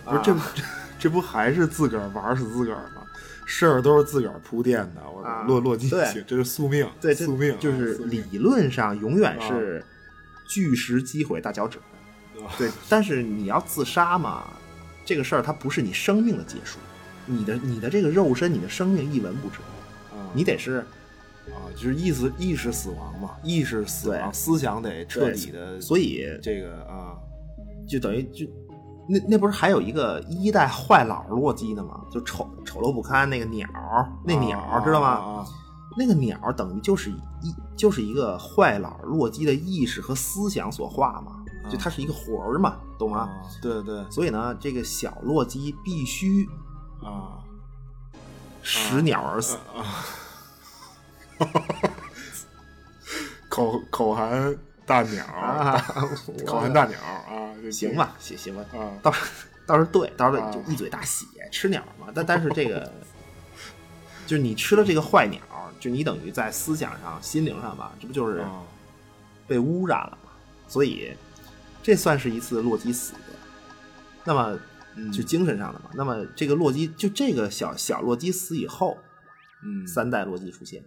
S2: 不
S3: 啊
S2: 是这不这这不还是自个儿玩死自个儿吗？事儿都是自个儿铺垫的，我
S3: 啊
S2: 落落进
S3: 对
S2: 去，这是宿命，
S3: 对，这
S2: 宿命啊
S3: 就是
S2: 宿
S3: 理
S2: 命
S3: 论上永远是巨石击毁大脚趾。
S2: 啊
S3: 对，但是你要自杀嘛，这个事儿它不是你生命的结束，你的你的这个肉身，你的生命一文不值，
S2: 啊
S3: 你得是
S2: 啊，就是意识意识死亡嘛，意识死亡，
S3: 对
S2: 思想得彻
S3: 对
S2: 底的，
S3: 所以
S2: 这个啊，
S3: 就等于就。那那不是还有一个一代坏老洛基呢吗？就丑丑陋不堪那个鸟儿，那鸟儿、
S2: 啊
S3: 知道吗？
S2: 啊啊
S3: 那个鸟儿等于就是一就是一个坏老洛基的意识和思想所化嘛，
S2: 啊
S3: 就它是一个魂儿嘛，懂
S2: 啊
S3: 吗？
S2: 啊，对对
S3: 所以呢，这个小洛基必须
S2: 啊
S3: 食鸟而死。
S2: 啊，口口含大鸟，
S3: 啊
S2: <laughs> 口含大鸟啊，这
S3: 行吧，行行吧，
S2: 啊，
S3: 倒是倒是对，倒是
S2: 啊
S3: 就一嘴大血吃鸟嘛。但但是这个，就是你吃了这个坏鸟，就你等于在思想上、心灵上吧，这不就是
S2: 啊
S3: 被污染了嘛？所以这算是一次洛基死的。那么
S2: 嗯
S3: 就精神上的嘛。那么这个洛基，就这个小小洛基死以后，
S2: 嗯
S3: 三代洛基出现，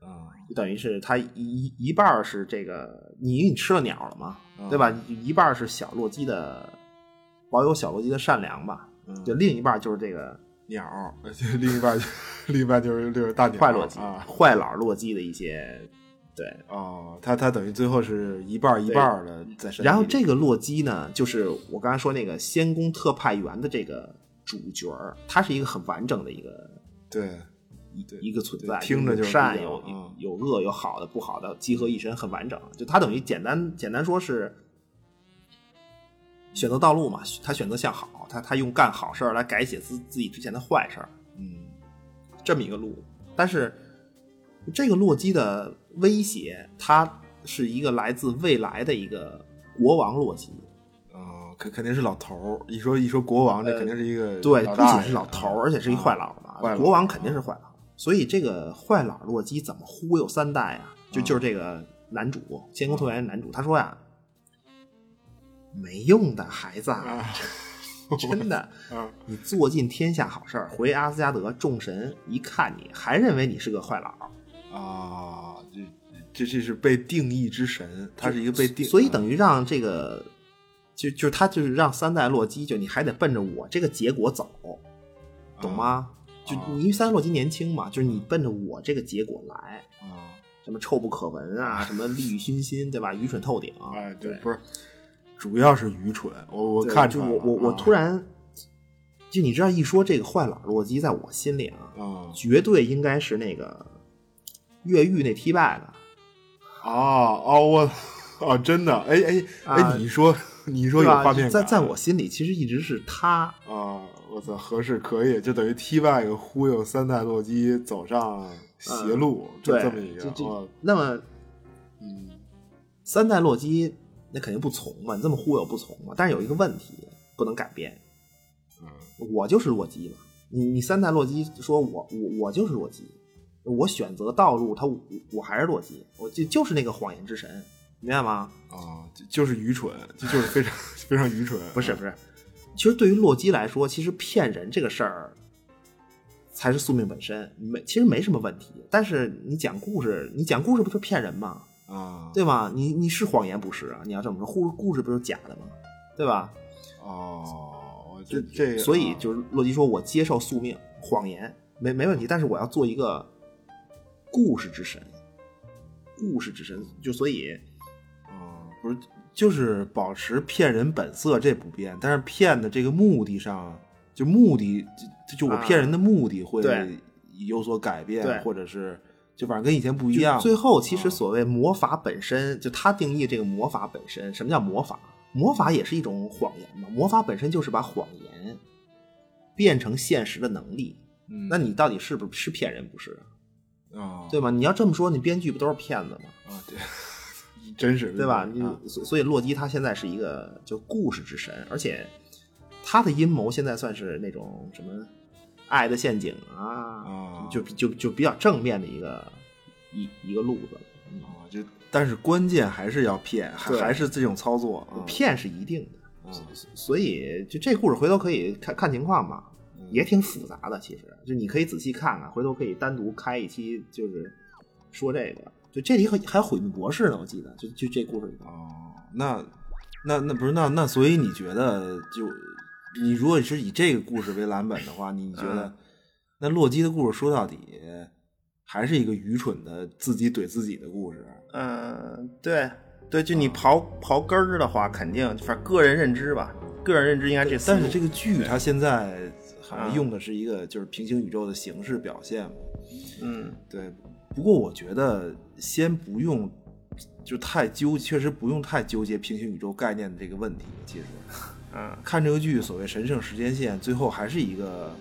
S2: 啊
S3: 就等于是他一一一半儿是这个你你吃了鸟了嘛，
S2: 嗯
S3: 对吧？一半儿是小洛基的保有小洛基的善良吧，
S2: 嗯
S3: 就另一半儿就是这个
S2: 鸟，另一半 <laughs> 就另一半就是就是大鸟
S3: 坏洛基、
S2: 啊
S3: 坏老洛基的一些对。
S2: 哦，他他等于最后是一半儿一
S3: 对
S2: 半儿的在身体里，
S3: 然后这个洛基呢，就是我刚才说那个仙宫特派员的这个主角儿，他是一个很完整的一个
S2: 对
S3: 一
S2: 对
S3: 一个存
S2: 对
S3: 在，
S2: 听着
S3: 有
S2: 就是
S3: 善
S2: 比较
S3: 有
S2: 嗯
S3: 有恶有好的不好的集合一身，很完整。就他等于简单简单说是选择道路嘛，他选择向好，他他用干好事儿来改写自自己之前的坏事儿，
S2: 嗯
S3: 这么一个路。但是这个洛基的威胁，他是一个来自未来的一个国王洛基，
S2: 哦，肯肯定是老头儿。一说一说国王，这
S3: 呃
S2: 肯定是一个
S3: 对，
S2: 老
S3: 不
S2: 大
S3: 仅
S2: 爷
S3: 是老头
S2: 啊
S3: 儿，而且是一坏老儿嘛。
S2: 坏老儿
S3: 国王肯定是坏老儿，所以这个坏老儿洛基怎么忽悠三代啊？就
S2: 嗯
S3: 就是这个男主《监工特员》男主，他说呀，没用的孩子啊，
S2: 啊 <laughs>
S3: 真的，
S2: 啊
S3: 你做尽天下好事儿，回阿斯加德，众神一看你，还认为你是个坏老儿，
S2: 啊！这这这是被定义之神，他是一个被定，啊
S3: 所以等于让这个。就就是他就是让三代洛基，就你还得奔着我这个结果走，
S2: 啊
S3: 懂？吗？就
S2: 啊
S3: 你因为三代洛基年轻嘛，就是你奔着我这个结果来，
S2: 啊，
S3: 什么臭不可
S2: <laughs>
S3: 闻啊，什么利欲熏心，对吧？愚蠢透顶。
S2: 哎，对，
S3: 对，
S2: 不是，主要是愚蠢。我我
S3: 对
S2: 看
S3: 就
S2: 出来
S3: 我
S2: 了，啊
S3: 我我突然，就你知道一说这个坏老洛基，在我心里啊，
S2: 啊
S3: 绝对应该是那个越狱那 T bag，
S2: 啊哦我哦真的，哎哎
S3: 啊
S2: 哎，你说你说
S3: 对
S2: 有
S3: 吧
S2: 画面感，
S3: 在在我心里其实一直是他，
S2: 啊，我操，合适可以，就等于 T Y 忽悠三代洛基走上邪路，嗯就
S3: 对，
S2: 这么一个哦
S3: 这这
S2: 哇
S3: 那么，嗯，三代洛基那肯定不从嘛，你这么忽悠不从嘛。但是有一个问题不能改变，
S2: 嗯
S3: 我就是洛基嘛。你你三代洛基说我我我就是洛基，我选择道路，他我我还是洛基，我就就是那个谎言之神，明白吗？
S2: 啊，就就是愚蠢，就就是非常 <laughs> 非常愚蠢。
S3: 不是不是，其实对于洛基来说，其实骗人这个事儿才是宿命本身，没其实没什么问题。但是你讲故事，你讲故事不就骗人吗？
S2: 啊，
S3: 对吧？你你是谎言不是啊？你要这么说，故故事不就是假的吗？对吧？
S2: 哦，这这个，
S3: 所以就是洛基说，我接受宿命，谎言没没问题，但是我要做一个故事之神，故事之神，就所以
S2: 啊
S3: 不是就是
S2: 保持骗人本色这不变，但是骗的这个目的上，就目的，就就我
S3: 啊
S2: 骗人的目的会
S3: 对
S2: 有所改
S3: 对
S2: 变，或者是就反正跟以前不一
S3: 就
S2: 样。
S3: 最后，其实
S2: 啊
S3: 所谓魔法本身，就他定义这个魔法本身，什么叫魔法？魔法也是一种谎言嘛，魔法本身就是把谎言变成现实的能力。
S2: 嗯，
S3: 那你到底是不是是骗人不是啊？
S2: 啊，
S3: 对吧？你要这么说，你编剧不都是骗子吗？
S2: 啊，对， <laughs> 真是
S3: 对吧？
S2: 啊
S3: 你所、所以洛基他现在是一个就故事之神，而且他的阴谋现在算是那种什么爱的陷阱啊，
S2: 啊，
S3: 就就就比较正面的一个一一个路子。嗯
S2: 啊，就但是关键还是要骗，还
S3: 对
S2: 还是这种操作啊，
S3: 骗是一定的，
S2: 啊
S3: 所以就这故事回头可以看看情况吧，
S2: 嗯
S3: 也挺复杂的。其实就你可以仔细看啊看，回头可以单独开一期，就是说这个。就这里还还有毁灭博士呢，我记得就就这故事里头。
S2: 哦，那那那不是那那，所以你觉得就你如果是以这个故事为蓝本的话，你觉得、
S3: 嗯
S2: 那洛基的故事说到底还是一个愚蠢的自己怼自己的故事？啊
S3: 嗯，对对，就
S2: 嗯
S3: 你刨刨根儿的话，肯定反正个人认知吧，个人认知应该这思
S2: 但是
S3: 路
S2: 这个剧它现在好像
S3: 嗯
S2: 用的是一个就是平行宇宙的形式表现嘛。
S3: 嗯
S2: 对，不过我觉得先不用。就太纠，确实不用太纠结平行宇宙概念的这个问题。其实，
S3: 嗯
S2: 看这个剧，所谓神圣时间线，最后还是一个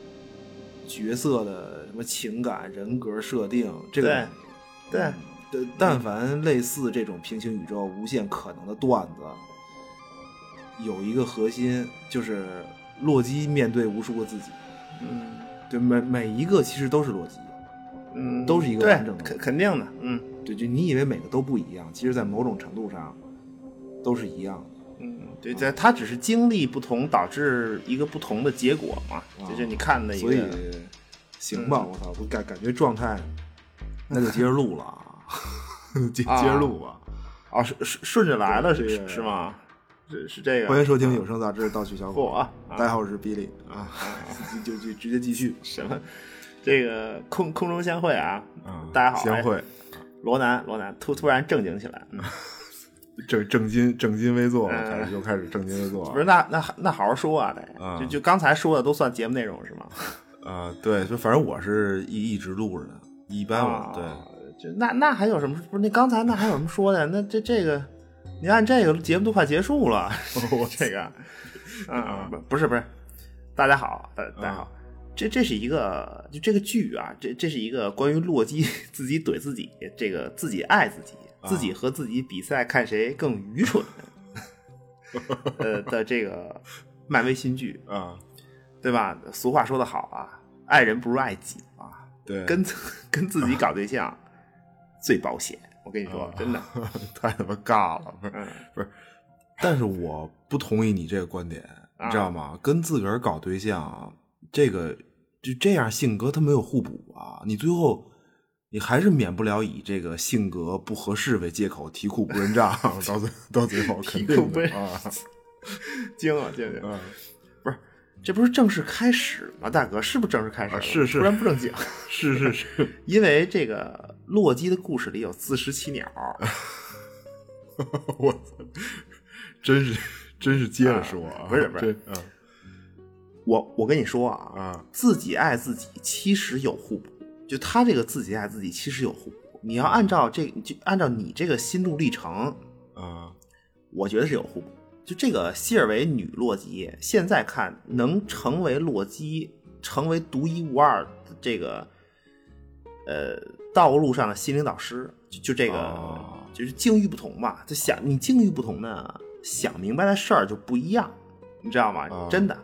S2: 角色的什么情感、人格设定这个问题。
S3: 对对
S2: 对，但凡类似这种平行宇宙无限可能的段子，有一个核心就是洛基面对无数个自己，
S3: 嗯
S2: 对每每一个其实都是洛基。
S3: 嗯
S2: 都是一个
S3: 对
S2: 完整的
S3: 肯肯定的，嗯
S2: 对，就你以为每个都不一样，其实，在某种程度上都是一样的。
S3: 嗯，对，在他只是经历不同导致一个不同的结果嘛，就是你看的一
S2: 啊所以
S3: 个，
S2: 行吧，
S3: 嗯
S2: 我操，我感感觉状态，那就接着录了啊， <laughs> 接接
S3: 啊
S2: 着录吧。
S3: 哦，顺顺顺着来了
S2: 对
S3: 是
S2: 这个
S3: 是是吗？是是这个，啊
S2: 欢迎收听有声杂志《盗趣小
S3: 嚯
S2: 伙
S3: 啊》，
S2: 大家好，我是比利啊，就就直接继续
S3: 什么这个空空中相会啊，
S2: 啊
S3: 大家好，
S2: 相会
S3: 哎，罗南罗南突突然正经起来，嗯
S2: 正正襟正襟危坐，
S3: 嗯
S2: 开始又开始正襟危坐了，
S3: 不是，那那那好好说啊，
S2: 啊
S3: 得就就刚才说的都算节目内容是吗？
S2: 啊，对，就反正我是一一直录着的，一般我对
S3: 啊，就那那还有什么？不是那刚才那还有什么说的？那这这个，你按这个节目都快结束了， <laughs> 我这个，嗯，不不是不是，大家好，呃，大家好，这这是一个就这个剧啊，这这是一个关于洛基 <laughs> 自己怼自己，这个自己爱自己，自己和自己比赛看谁更愚 <laughs> 蠢，呃的这个漫威新剧，
S2: 啊，
S3: 对吧？俗话说得好啊，爱人不如爱己啊。
S2: 对，
S3: 跟自跟自己搞对象最保险。我跟你说，
S2: 哦
S3: 真的，
S2: 啊 <laughs> 太他妈尬了， <laughs> 不是
S3: 嗯
S2: 不是，但是我不同意你这个观点，你
S3: 啊
S2: 知道吗？跟自个儿搞对象，啊这个就这样性格他没有互补啊，你最后你还是免不了以这个性格不合适为借口啼哭不认
S3: <laughs>
S2: 账，到最到最后肯
S3: 啼哭
S2: 定
S3: 不
S2: 的
S3: 认
S2: 啊，
S3: 惊了，惊了，
S2: 嗯
S3: 这不是正式开始吗？大哥，是不是正式开始了？
S2: 啊是是
S3: 不然
S2: <laughs>
S3: 不正经。
S2: 是是是，
S3: 因为这个洛基的故事里有自食
S2: <laughs>
S3: 其鸟，
S2: 我操，真是真是接着说啊，
S3: 不是不是
S2: 这，
S3: 我我跟你说
S2: 啊
S3: 啊，
S2: 啊
S3: 自己爱自己其实有互补，就他这个自己爱自己其实有互补。你要按照这，就按照你这个心路历程，
S2: 啊
S3: 我觉得是有互补。就这个希尔维女洛基，现在看能成为洛基，成为独一无二的这个，呃，道路上的心灵导师，就就这个、
S2: 哦
S3: 就是境遇不同嘛，就想你境遇不同呢，想明白的事儿就不一样，你知道吗？
S2: 哦
S3: 真的，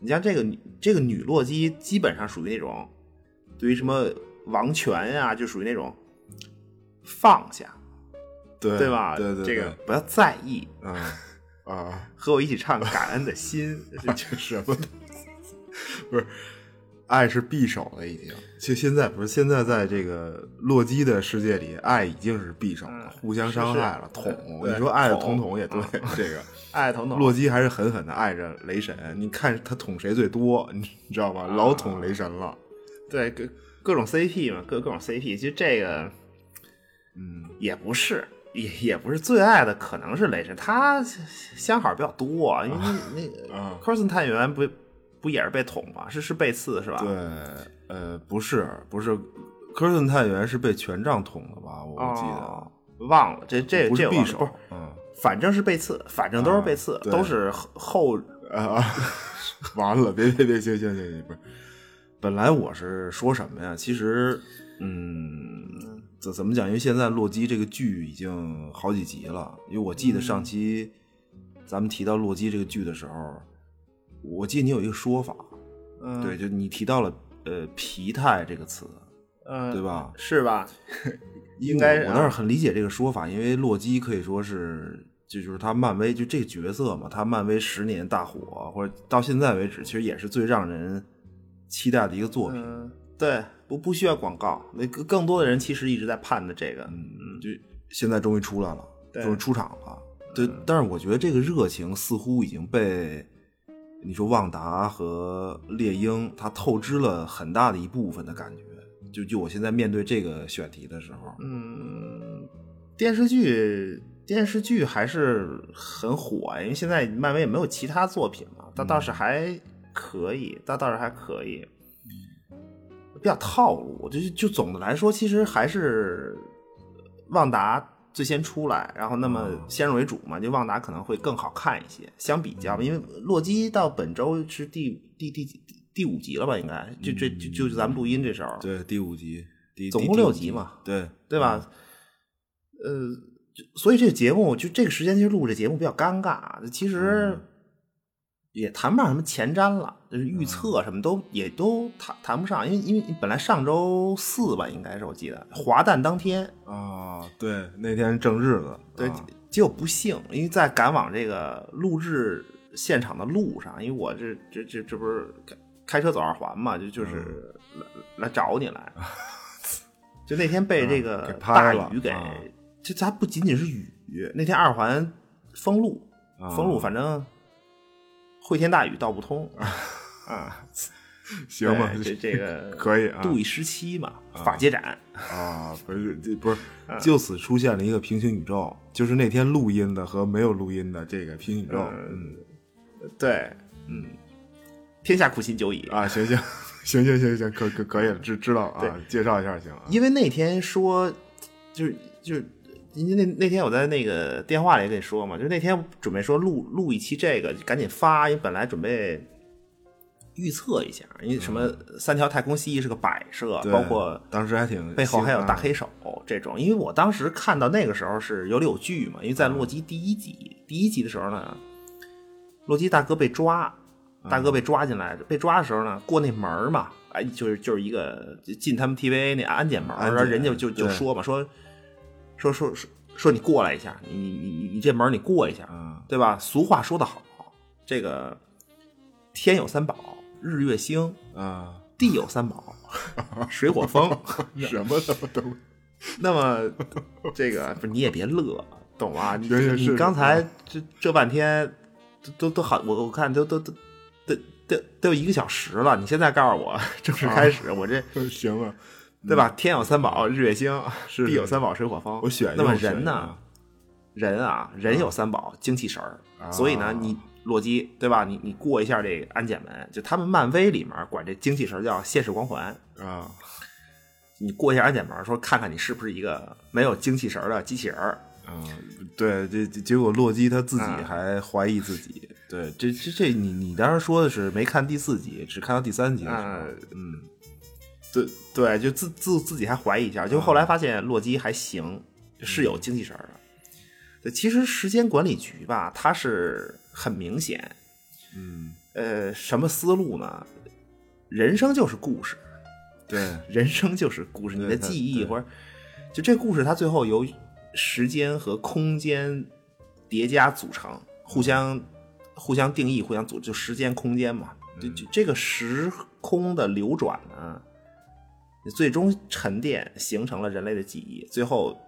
S3: 你像这个女这个女洛基，基本上属于那种对于什么王权呀、就属于那种放下，
S2: 对
S3: 对吧？
S2: 对对，
S3: 这个
S2: 对，
S3: 不要在意，
S2: 嗯啊，
S3: 和我一起唱《感恩的心》就
S2: 这什么？不是，爱是匕首了，已经。就现在不是现在，在这个洛基的世界里，爱已经是匕首了，
S3: 嗯
S2: 互相伤害了，
S3: 是是
S2: 捅。
S3: 对
S2: 你说爱的捅
S3: 捅嗯
S2: 捅也对，这
S3: <laughs>
S2: 个
S3: 爱彤彤。
S2: 洛基还是狠狠的爱着雷神。你看他捅谁最多，你知道吧？老
S3: 啊
S2: 捅雷神了。
S3: 对各各种 CP 嘛，各各种 CP，其实这个
S2: 嗯，
S3: 也不是，也也不是最爱的，可能是雷神，他相好比较多，因
S2: <laughs>
S3: 为那个
S2: 啊
S3: Carson 探员不不也是被捅吗？是是被刺是吧？
S2: 对，呃，不是，不是，科顿探员是被权杖捅的吧？我
S3: 哦，
S2: 记得，
S3: 忘了这这
S2: 不是
S3: 这我忘
S2: 匕首
S3: 了不是，
S2: 嗯
S3: 反正是被刺，反正都是被刺，
S2: 啊对
S3: 都是后后
S2: 啊，啊 <laughs> 完了，别别别，行行行行，不是，本来我是说什么呀？其实，嗯，怎怎么讲？因为现在《洛基》这个剧已经好几集了，因为我记得
S3: 嗯
S2: 上期咱们提到《洛基》这个剧的时候，我记得你有一个说法，
S3: 嗯
S2: 对，就你提到了呃疲态这个词，
S3: 嗯
S2: 对吧？
S3: 是吧？
S2: 因
S3: 应
S2: 为
S3: 该是
S2: 我
S3: 啊
S2: 倒是很理解这个说法，因为洛基可以说是，这就是他漫威就这个角色嘛，他漫威十年大火，或者到现在为止，其实也是最让人期待的一个作品。
S3: 嗯，对，不不需要广告，那更更多的人其实一直在盼着这个，
S2: 嗯，就现在终于出来了，
S3: 对嗯
S2: 终于出场了。对，但是我觉得这个热情似乎已经被你说旺达和猎鹰，它透支了很大的一部分的感觉。就就我现在面对这个选题的时候，
S3: 嗯，电视剧电视剧还是很火，啊因为现在漫威也没有其他作品嘛，但倒是还可以，但倒是还可以，比较套路。就是就总的来说，其实还是旺达最先出来，然后那么先入为主嘛，就旺达可能会更好看一些，相比较吧，因为洛基到本周是第第第第第五集了吧，应该就这就就就咱们录音这时候，
S2: 对第五集，第
S3: 啊总
S2: 第
S3: 共
S2: 第
S3: 六
S2: 五
S3: 集嘛
S2: 对
S3: 对吧？呃，就所以这个节目就这个时间其实录这节目比较尴尬，啊其实也谈不上什么前瞻了，就是预测什么都也都谈谈不上，因为因为本来上周四吧，应该是我记得华诞当天，
S2: 啊，对，那天正日子，
S3: 对，
S2: 啊
S3: 结果不幸，因为在赶往这个录制现场的路上，因为我这这这这不是开开车走二环嘛，就就是
S2: 嗯
S3: 来、来找你来，就那天被这
S2: 啊
S3: 个
S2: 给拍
S3: 大
S2: 了
S3: 雨给，
S2: 啊
S3: 这它不仅仅是雨，那天二环封路，
S2: 啊
S3: 封路，反正会天大雨道不通，哎
S2: 啊，行吧，
S3: 对这 <laughs> 这个
S2: <laughs> 可以啊
S3: 度已时期嘛，法接展，
S2: 啊，不是这不是，
S3: 嗯
S2: 就此出现了一个平行宇宙，就是那天录音的和没有录音的这个平行宇宙，嗯
S3: 对，嗯，天下苦心久矣
S2: 啊，行行行行行行，可可可以了，知知道啊，
S3: 对
S2: 介绍一下行啊，
S3: 因为那天说，就是就是，因为那那天我在那个电话里跟你说嘛，就是那天准备说录录一期这个，赶紧发，因为本来准备预测一下，因为什么三条太空蜥蜴是个摆设，
S2: 嗯对
S3: 包括
S2: 当时还挺啊
S3: 背后还有大黑
S2: 兴
S3: 手这种，因为我当时看到那个时候是有理有据嘛，因为在
S2: 嗯
S3: 洛基第一集、第一集的时候呢，洛基大哥被抓，
S2: 嗯
S3: 大哥被抓进来，被抓的时候呢，过那门儿嘛，哎，就是就是一个进他们 TVA 那安检门儿，
S2: 安检
S3: 然后人家就就
S2: 对
S3: 说嘛，说说说说说你过来一下，你你你你这门儿你过一下，
S2: 奋啊，
S3: 对吧？俗话说得好，这个天有三宝，日月星，
S2: 嗯
S3: <laughs>
S2: 啊，
S3: 地有三宝，水火风。
S2: 什么他妈都
S3: 那么这个不是你也别乐，懂吗？你
S2: 行行
S3: 你
S2: 是嗯
S3: 刚
S2: 是
S3: 才这这半天都都都好，我我看都都都都都都有一个小时了，你现在告诉我正
S2: 啊
S3: 式开始，我这
S2: 行啊，
S3: 对吧？天有三宝，日月星；
S2: 是
S3: 地
S2: 是
S3: 有三宝，水火风。
S2: 我选一个
S3: 那么
S2: 我选
S3: 人
S2: 一
S3: 呢
S2: 个？
S3: 人啊，人有三宝，精气神儿。
S2: 啊
S3: 所以呢，你洛基对吧？你你过一下这个安检门，就他们漫威里面管这精气神儿叫现世光环。
S2: 啊，
S3: 你过一下安检门，说看看你是不是一个没有精气神儿的机器人儿。
S2: 啊，对，这这结果洛基他自己还怀疑自己。嗯 <laughs> 对，这这这你你当时说的是没看第四集，只看到第三集的时候
S3: 啊
S2: 嗯，
S3: 对对，就自自自己还怀疑一
S2: 嗯
S3: 下，就后来发现洛基还行，是有精气神儿的。对，其实时间管理局吧，它是很明显，
S2: 嗯，
S3: 呃，什么思路呢？人生就是故事，
S2: 对，
S3: 人生就是故事，你的
S2: 对它
S3: 记忆
S2: 对
S3: 或者就这故事，它最后由时间和空间叠加组成，互相互相定义、互相组，就时间、空间嘛。就
S2: 嗯
S3: 就这个时空的流转呢，最终沉淀形成了人类的记忆，最后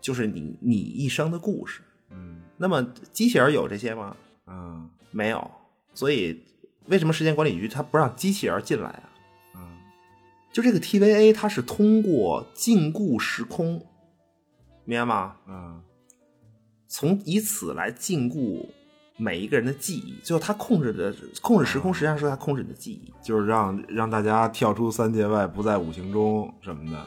S3: 就是你你一生的故事。
S2: 嗯
S3: 那么机器人有这些吗？
S2: 嗯
S3: 没有，所以为什么时间管理局它不让机器人进来啊？
S2: 嗯
S3: 就这个 TVA，它是通过禁锢时空，明白吗？
S2: 嗯
S3: 从以此来禁锢每一个人的记忆。最后，它控制的控制时空，实际上是它控制你的记忆。
S2: 就是让让大家跳出三界外，不在五行中什么的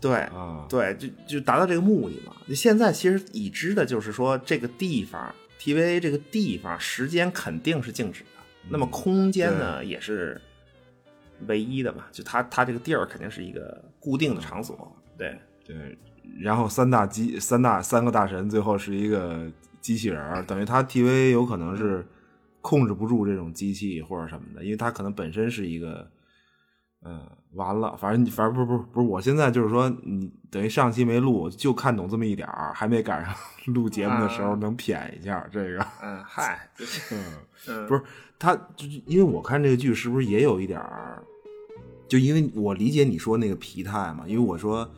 S3: 对，
S2: 啊。
S3: 对，就就达到这个目的嘛。现在其实已知的就是说，这个地方 TVA 这个地方，时间肯定是静止的，那么空间呢也是唯一的嘛，就它它这个地儿肯定是一个固定的场所。对，
S2: 对，然后三大机三大三个大神最后是一个机器人儿，等于他 TVA 有可能是控制不住这种机器或者什么的，因为他可能本身是一个，嗯、完了，反正你反正不是不是不是，我现在就是说你等于上期没录，就看懂这么一点儿，还没赶上 <laughs> 录节目的时候
S3: 啊
S2: 能谝一下这个，<laughs>
S3: 嗯，嗨，
S2: 嗯。
S3: 嗯，
S2: 不是他，就是因为我看这个剧是不是也有一点儿，就因为我理解你说那个疲态嘛，因为我说，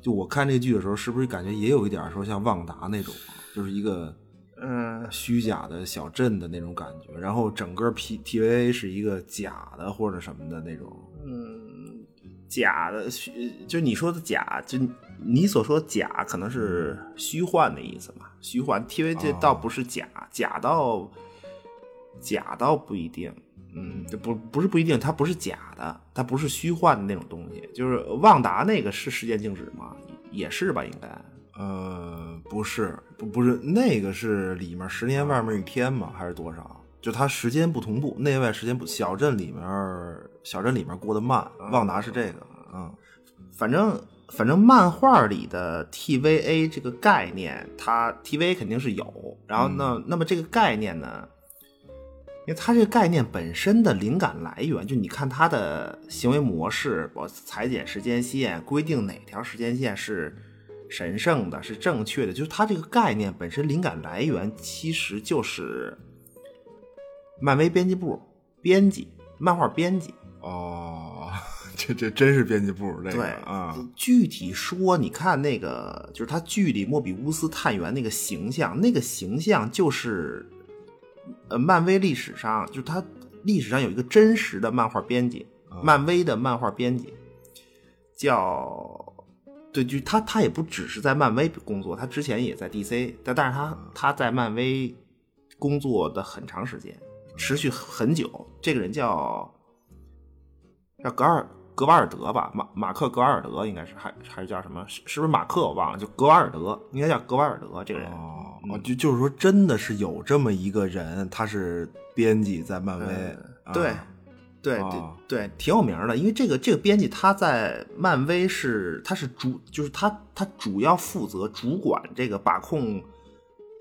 S2: 就我看这剧的时候，是不是感觉也有一点儿说像旺达那种，就是一个
S3: 嗯，
S2: 虚假的小镇的那种感觉，然后整个 P T V A 是一个假的或者什么的那种，
S3: 嗯，假的虚，就你说的假，就你所说假，可能是虚幻的意思嘛？虚幻，TV 这
S2: 哦
S3: 倒不是假，假到假到不一定，嗯，这不不是不一定，它不是假的，它不是虚幻的那种东西。就是旺达那个是时间静止吗？也是吧，应该。
S2: 呃，不是，不不是那个是里面十年外面一天嘛，还是多少？就它时间不同步，内外时间不，小镇里面小镇里面过得慢，旺达是这个，嗯。
S3: 反正反正漫画里的 TVA 这个概念，它 TVA 肯定是有。然后呢，那么这个概念呢，因为它这个概念本身的灵感来源，就你看它的行为模式，我裁剪时间线，规定哪条时间线是神圣的，是正确的，就是它这个概念本身灵感来源其实就是漫威编辑部编辑漫画编辑。
S2: 哦， <laughs> 这这真是编辑部这个
S3: 对
S2: 啊，
S3: 具体说，你看那个，就是他剧里莫比乌斯探员那个形象，那个形象就是，呃，漫威历史上就是他历史上有一个真实的漫画编辑，
S2: 啊
S3: 漫威的漫画编辑叫，对，就他他也不只是在漫威工作，他之前也在 DC，但但是他他在漫威工作的很长时间，持续很久。这个人叫叫格尔格瓦尔德吧，马马克格瓦尔德应该是还还是叫什么？是是不是马克？我忘了，就格瓦尔德，应该叫格瓦尔德这个人。
S2: 哦，
S3: 嗯
S2: 哦就就是说，真的是有这么一个人，他是编辑在漫威，啊
S3: 嗯对，对对
S2: 哦
S3: 对，挺有名儿的。因为这个这个编辑他在漫威是他是主，就是他他主要负责主管这个把控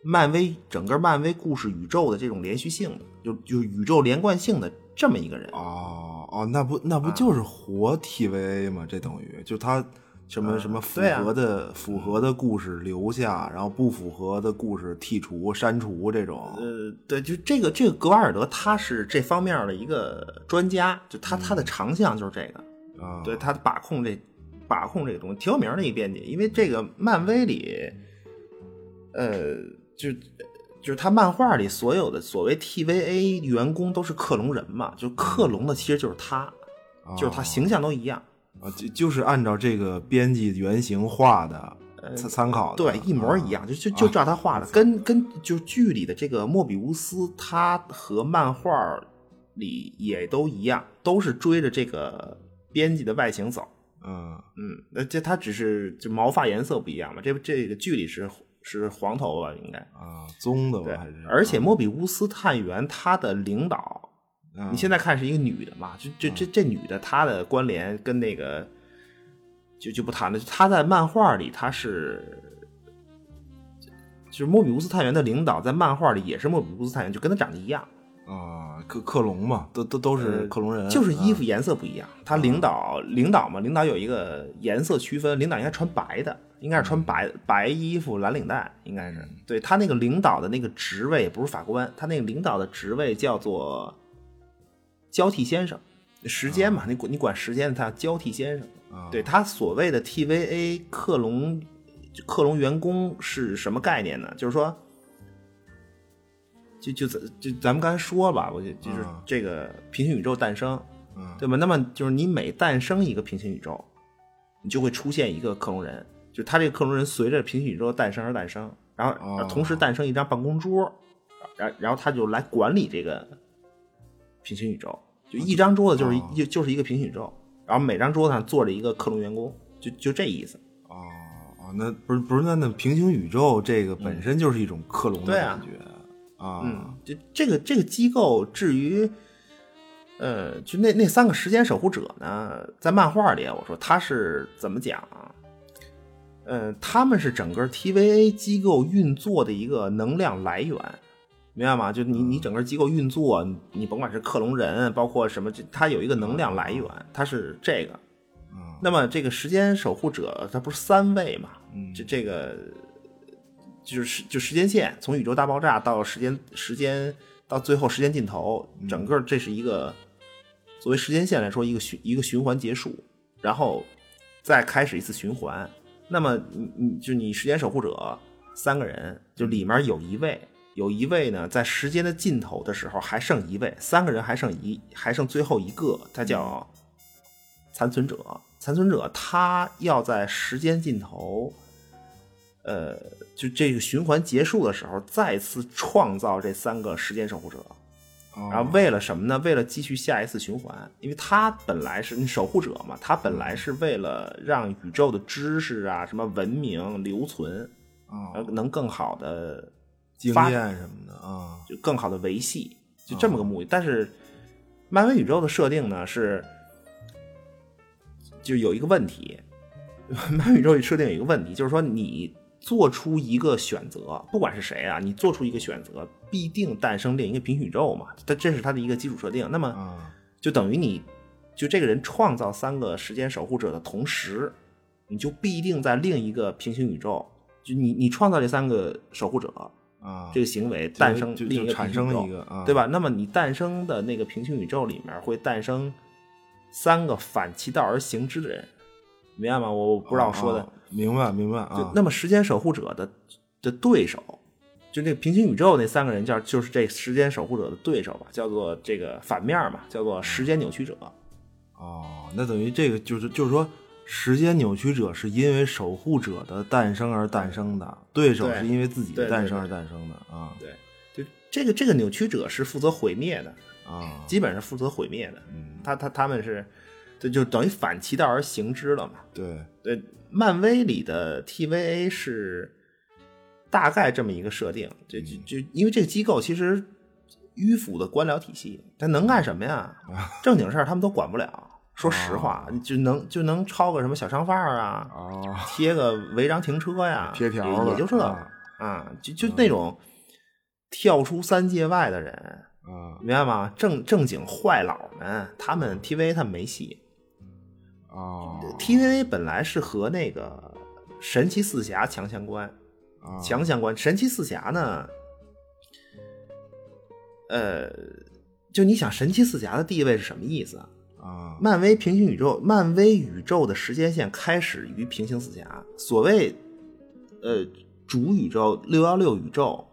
S3: 漫威整个漫威故事宇宙的这种连续性的，就就宇宙连贯性的这么一个人。
S2: 哦哦，那不
S3: 嗯
S2: 那不就是活 TVA 吗？这等于就他什么什么符
S3: 对啊
S2: 合的、符合的故事留下，然后不符合的故事剔除、删除这种。
S3: 呃，对，就这个这个格瓦尔德他是这方面的一个专家，就他、他的
S2: 嗯
S3: 长项就是这个。
S2: 啊，
S3: 呃对他把控这把控这个东西挺有名儿的一编辑，因为这个漫威里，呃，就就是他漫画里所有的所谓 TVA 员工都是克隆人嘛，就克隆的其实就是他，
S2: 哦
S3: 就是他形象都一样，
S2: 啊，就就是按照这个编辑原型画的，参参考的，
S3: 呃
S2: 啊
S3: 对，一模一
S2: 样。
S3: 样，就就就照他画的，跟跟就剧里的这个莫比乌斯，他和漫画里也都一样，都是追着这个编辑的外形走。
S2: 嗯
S3: 嗯，那这它只是就毛发颜色不一样嘛，这这个剧里是是黄头吧，应该
S2: 啊，棕的
S3: 对
S2: 吧还是？，嗯
S3: 而且莫比乌斯探员他的领导，
S2: 啊
S3: 你现在看是一个女的嘛，就
S2: 嗯
S3: 这这这女的她的关联跟那个就就不谈了，她在漫画里她是。就是莫比乌斯探员的领导，在漫画里也是莫比乌斯探员，就跟他长得一样，
S2: 啊，克克隆嘛，都都都是
S3: 呃
S2: 克隆人，
S3: 就是衣
S2: 啊
S3: 服颜色不一样。他领导领导嘛，领导有一个颜色区分，领导应该穿白的，应该是穿白白衣服蓝领带，应该是。对他那个领导的那个职位不是法官，他那个领导的职位叫做交替先生，时间嘛，你管你管时间，他交替先生。对他所谓的 TVA 克隆克隆员工是什么概念呢？就是说，就就咱就咱们刚才说吧，我就就是
S2: 啊
S3: 这个平行宇宙诞生，
S2: 嗯
S3: 对吧？那么就是你每诞生一个平行宇宙，你就会出现一个克隆人，就他这个克隆人随着平行宇宙诞生而诞生，然后
S2: 哦
S3: 同时诞生一张办公桌，然然后他就来管理这个平行宇宙，就一张桌子就是一
S2: 哦
S3: 就就是一个平行宇宙，然后每张桌子上坐着一个克隆员工，就就这意思。
S2: 哦哦，那不是不是那那平行宇宙这个本身就是一种克隆的
S3: 嗯对啊
S2: 感觉啊，
S3: 嗯，就这个这个机构，至于，呃，就那那三个时间守护者呢，在漫画里，啊我说他是怎么讲啊？呃，他们是整个 TVA 机构运作的一个能量来源，明白吗？就你你整个机构运作，你你甭管是克隆人，包括什么，这它有一个能量来源，它是这个。那么这个时间守护者，它不是三位嘛？这这个就是就时间线，从宇宙大爆炸到时间时间到最后时间尽头，整个这是一个作为时间线来说一个循一个循环结束，然后再开始一次循环。那么你你就你时间守护者三个人，就里面有一位。有一位呢，在时间的尽头的时候还剩一位，三个人还剩一，还剩最后一个，他叫残存者。残存者他要在时间尽头，呃，就这个循环结束的时候，再次创造这三个时间守护者。
S2: 哦
S3: 然后为了什么呢？为了继续下一次循环，因为他本来是你守护者嘛，他本来是为了让宇宙的知识啊、什么文明留存，
S2: 啊
S3: 呃，能更好的
S2: 经
S3: 发
S2: 验什么的啊，
S3: 就更好的维系，就这么个
S2: 哦
S3: 目的。但是，漫威宇宙的设定呢是，就有一个问题， <laughs> 漫威宇宙里设定有一个问题，就是说你做出一个选择，不管是谁啊，你做出一个选择，必定诞生另一个平行宇宙嘛，它这是它的一个基础设定。那么，
S2: 啊
S3: 就等于你就这个人创造三个时间守护者的同时，你就必定在另一个平行宇宙，就你你创造这三个守护者，
S2: 啊，
S3: 这个行为诞生
S2: 就
S3: 另
S2: 就
S3: 一个
S2: 产
S3: 平行
S2: 生
S3: 宇宙
S2: 了一个啊，
S3: 对吧？那么你诞生的那个平行宇宙里面会诞生三个反其道而行之的人，明白吗？我不知道我说的。
S2: 哦，哦明白明白啊，
S3: 就那么时间守护者的的对手，就那个平行宇宙那三个人叫就是这时间守护者的对手吧，叫做这个反面嘛，叫做时间扭曲者。
S2: 哦，那等于这个就是就是说，时间扭曲者是因为守护者的诞生而诞生的，对手
S3: 对
S2: 是因为自己
S3: 对
S2: 的
S3: 对
S2: 诞生而
S3: 对
S2: 诞生的啊
S3: 对，就这个这个扭曲者是负责毁灭的，
S2: 啊
S3: 基本上是负责毁灭的。
S2: 嗯
S3: 他他他们是，这就等于反其道而行之了嘛。
S2: 对
S3: 呃，漫威里的 TVA 是大概这么一个设定，这这这，因为这个机构其实迂腐的官僚体系，它能干什么呀？正经事儿他们都管不了。啊 <laughs> 说实话，就能就能抄个什么小商贩儿啊，
S2: 啊
S3: 贴个违章停车
S2: <laughs>
S3: 呀，
S2: 贴条
S3: 啊也也
S2: 了
S3: 就这
S2: 啊
S3: 啊，就就那种跳出三界外的人，
S2: 啊
S3: 明白吗？正正经坏佬们，他们 TVA 他们没戏。
S2: 啊
S3: TVA 本来是和那个神奇四侠强相关，
S2: 啊
S3: 强相关。神奇四侠呢，呃，就你想神奇四侠的地位是什么意思啊？
S2: 啊
S3: 漫威平行宇宙，漫威宇宙的时间线开始于平行四侠。所谓，呃，主宇宙六幺六宇宙